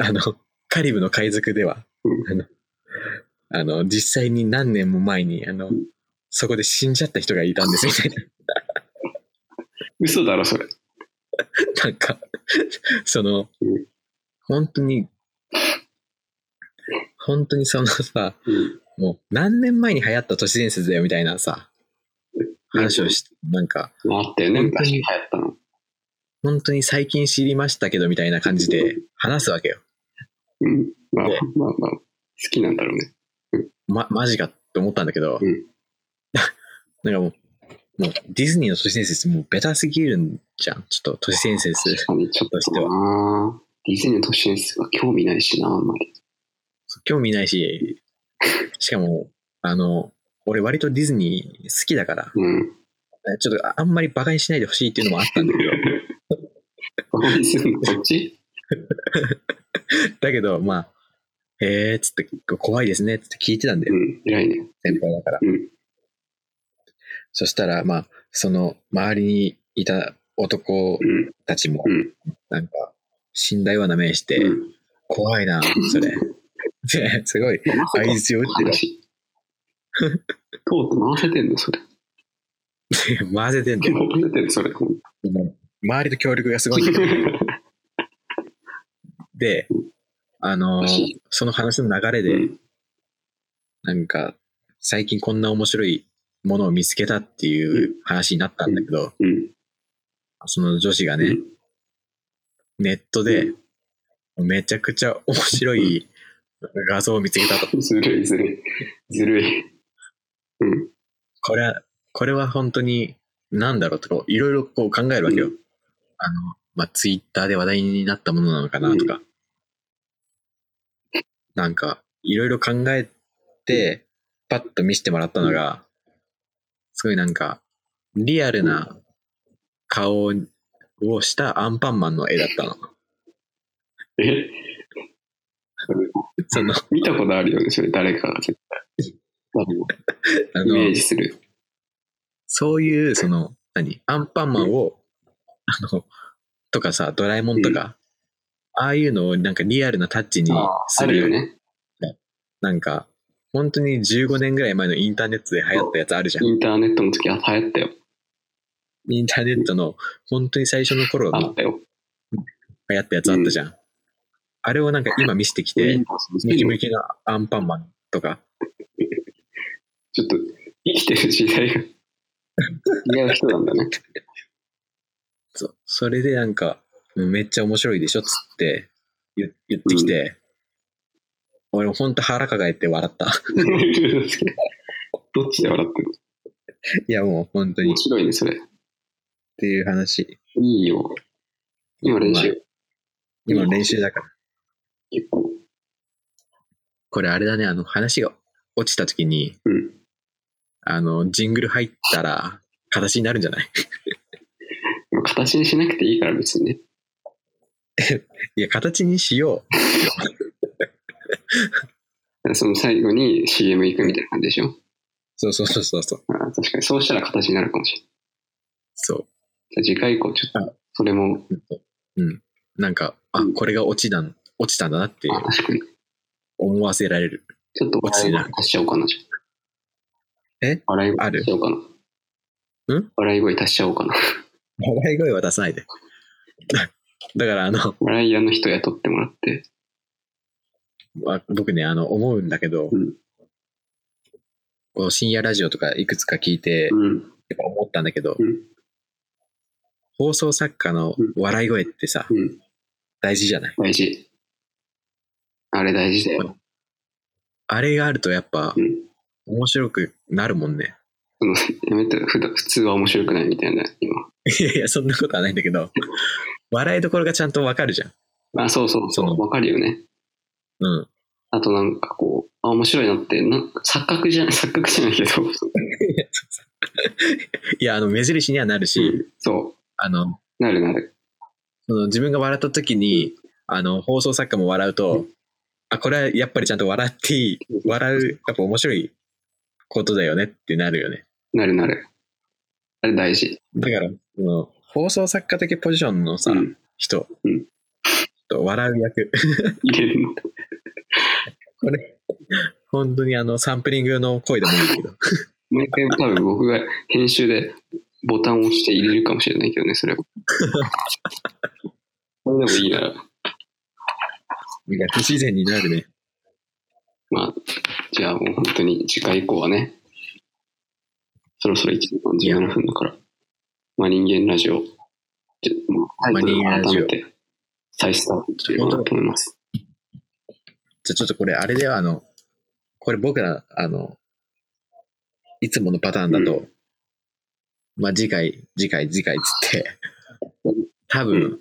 A: あの、カリブの海賊では
B: うん、
A: あの、あの実際に何年も前に、あの、そこで死んじゃった人がいたんですみたい な。
B: 嘘だろ、それ。
A: なんか、その
B: うん、
A: 本当に、本当にそのさ、
B: うん。
A: もう何年前に流行った都市伝説だよみたいなさ、話をし、なんか、
B: あったよね、昔流行ったの。
A: 本当に最近知りましたけどみたいな感じで話すわけよ。
B: うん。まあ
A: ね、
B: まあまあ、好きなんだろうね。
A: ま、マジかって思ったんだけど、
B: うん
A: なんかもう、もうディズニーの都市伝説もうベタすぎるんじゃん。ちょっと都市伝説。
B: 確かに、ちょっとなディズニーの都市伝説は興味ないしな、あんまり。
A: 興味ないし、しかも、あの、俺割とディズニー好きだから、
B: うん。
A: ちょっとああんまり馬鹿にしないでほしいっていうのもあったんだけど、
B: バカにするのこっち
A: だけど、まあ、へえー、つって、怖いですね、つって聞いてたんだ
B: う
A: よ、
B: ん。偉いね。
A: 先輩だから。
B: うん
A: そしたら、まあ、その、周りにいた男
B: うん。
A: たちも、
B: うん
A: なんか、死んだような目して、
B: うん。
A: 怖いな、そ れ。ですごい、
B: まさか
A: 相槌を打ってる
B: 話。とうとう回せてんの、それ。
A: 混ぜてんだ
B: 回
A: よ。
B: せてんの、それ。
A: 周りと協力がすごいんだよ。 で、あの
B: らし
A: ーその話の流れ
B: う
A: で、
B: ん
A: なんか、最近こんな面白いものを見つけたっていう話になったんだけど、
B: うん。
A: その女子が
B: う
A: ね
B: ん、
A: ネットで、めちゃくちゃ面白い画像を見つけたと。
B: ずるい、ずるい。ずるい。うん。
A: これは、これは本当に、なんだろうとか、いろいろこう考えるわけよ。
B: うん
A: あの、まあ、ツイッターで話題になったものなのかなとか。なんか、いろいろ考えて、パッと見せてもらったのが、すごいなんか、リアルな顔をしたアンパンマンの絵だったの。
B: えそれ
A: その、
B: 見たことあるよね、それ。誰かが絶対。誰も
A: あ
B: イメ
A: の
B: ージ、する。
A: そういう、その、何アンパンマンを、あの、とかさ、ドラえもんとか、ああいうのをなんかリアルなタッチに
B: ああ
A: す
B: ある
A: る
B: よね。
A: なんか、本当に15年ぐらい前のインターネットで流行ったやつあるじゃん。
B: インターネットの時は流行ったよ。
A: インターネットの本当に最初の頃
B: あ
A: の
B: ったよ。
A: 流行ったやつあったじゃん。あれをなんか今見せてきて、ムキムキなアンパンマンとか、
B: ちょっと生きてる時 代が違う人なん だね。
A: そそれでなんか、うんめっちゃ面白いでしょっつって言言ってきて、俺ほんと腹抱えて笑った。
B: どっちで笑ってる
A: いやもう本当にっ
B: 面白いね、それ。
A: ていう話。
B: いいよ。今練
A: まあ
B: 習。
A: 今の練習だから。
B: 結構。
A: これあれだね、あの話が落ちた時に、
B: うん
A: あの、ジングル入ったら形になるんじゃない
B: 形にしなくていいから別にね。
A: いや、形にしよう。
B: その最後に CM 行くみたいな感じでしょ。
A: そうそうそうそうそう。
B: ああ確かに。そうしたら形になるかもしれない。
A: そ
B: じゃあ次回以降、ちょっと、それも、
A: う。うん。なんか、あ、これが落ちたん、落ちたんだなって
B: あ確かに。
A: 思わせられる。
B: ちょっと笑い声足しちゃおうかな。じゃあ
A: え
B: 笑い声
A: あ
B: 足
A: る
B: しちゃおうかな。
A: ん
B: 笑い声足しちゃおうかな。
A: 笑い声は出さないで。 だからあの、
B: 笑い屋の人雇ってもらって。
A: あ僕ね、あの、思うんだけど、
B: うん
A: こう深夜ラジオとかいくつか聞いて、
B: うん。
A: やっぱ思ったんだけど、
B: うん
A: 放送作家の笑い声ってさ、
B: うん。
A: 大事じゃない
B: 大事。あれ大事だよ。
A: あれがあるとやっぱ
B: うん。
A: 面白くなるもんね。
B: その、やめて、普段、普通は面白くないみたいな、今。
A: いやいや、そんなことはないんだけ ど、笑いどころがちゃんとわかるじゃん。
B: あ、そうそうそ
A: そう
B: う。わかるよね。
A: うん。
B: あとなんかこう、あ、面白いなって、なんか錯覚じゃ、錯覚じゃないけど、そう
A: いや、あの、目印にはなるし、
B: そ
A: あの、
B: う。なるなる。
A: その自分が笑った時に、あの、放送作家も笑うと、あ、これはやっぱりちゃんと笑っていい、笑う、やっぱ面白いことだよねってなるよね。
B: なるなる。あれ大事。
A: だから、その放送作家的ポジションのさ、
B: うん
A: 人、
B: うん
A: と笑う役、
B: 入れるの。
A: 本当にあのサンプリングの声でもいいけど、
B: 毎回多分僕が編集でボタンを押して入れるかもしれないけど ね、それは。それでもいいなら。
A: なんか不自然になるね。
B: まあ、じゃあもう本当に次回以降はね、そろそろ1時間17分だから。まあ人間ラジオ。ちょまあ、タイトルを
A: まあ人間ラ
B: 改
A: ジ
B: め
A: オ
B: て再スタートというようだと思います。
A: じゃあちょっとこれ、あれでは、あの、これ僕ら、あの、いつものパターンだと、まあ次回、次回、次回っつって、多
B: う
A: 分、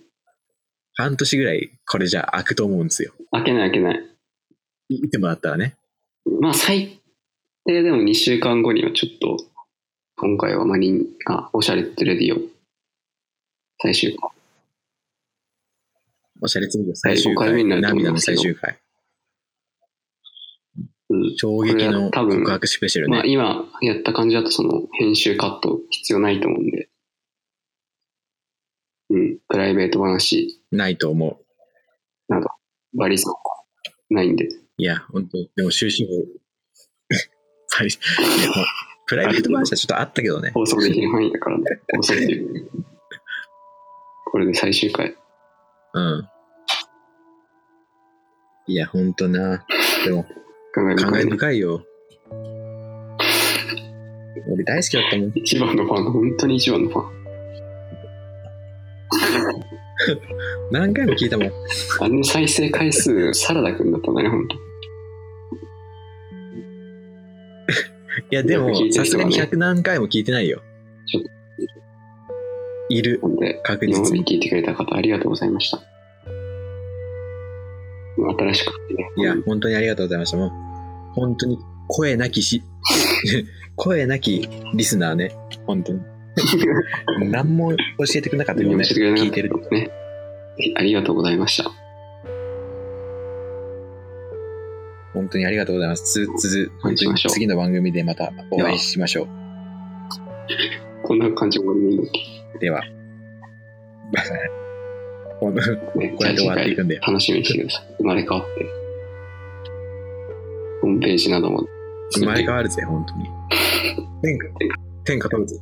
A: 半年ぐらい、これじゃあ開くと思うんですよ。
B: 開けない開けない。
A: 見てもらったらね。
B: まあ最低でも2週間後にはちょっと、今回はマリン、あ、おしゃれってレディオ、最終回。
A: おしゃれつぶ最終
B: 第五回目
A: 回、
B: になると思い
A: 涙の
B: ます
A: 最
B: けど
A: 終回、
B: うん。
A: 衝撃の
B: これは多分
A: 告白スペシャル
B: まあ
A: ね。
B: 今やった感じだとその編集カット必要ないと思うんで。うん。プライベート話、
A: ないと思う。
B: バリそうないんで。
A: いや、本当でも終始法、 パリいやまあプライベート話はちょっとあったけどね。
B: 放送できる範囲だからね。放送できる。これで最終回。
A: うん。いや、ほんとな。でも、
B: 考え
A: 考え
B: る
A: 深いよ。俺大好きだったもん。
B: 一番のファン、本当に一番のファン。
A: 何回も聞いたもん。
B: あの再生回数、サラダくんだったんだね、本当。
A: いや、でも
B: よく聞い、て
A: さ
B: る
A: す
B: 人
A: が
B: がね
A: に100何回も聞いてないよ
B: ちょっ。
A: いる、
B: なんで、
A: 確
B: 今ま
A: 実
B: で
A: に。
B: 聞いてくれた方、ありがとうございました。新しくね、
A: いや、本当にありがとうございました。もう、本当に声なきし、 声なきリスナーね。本 当に。何も教えてくれなかったよ
B: 何も
A: ね。
B: してくれなか
A: 聞
B: っ
A: いてる。
B: たね。ありがとうございました。
A: 本当にありがとうございます。つつづ、
B: お
A: 本
B: 会いし
A: 当
B: ま
A: に
B: しょう
A: 次の番組でまたお会いしましょう。
B: こんな感じもいいのっ
A: では。 この
B: けね。
A: こうやって終わっていくんだよ
B: 楽しみにしてください。生まれ変わって。ホームページなども。
A: 生まれ変わるぜ、本当に。天下、天下取るぜ。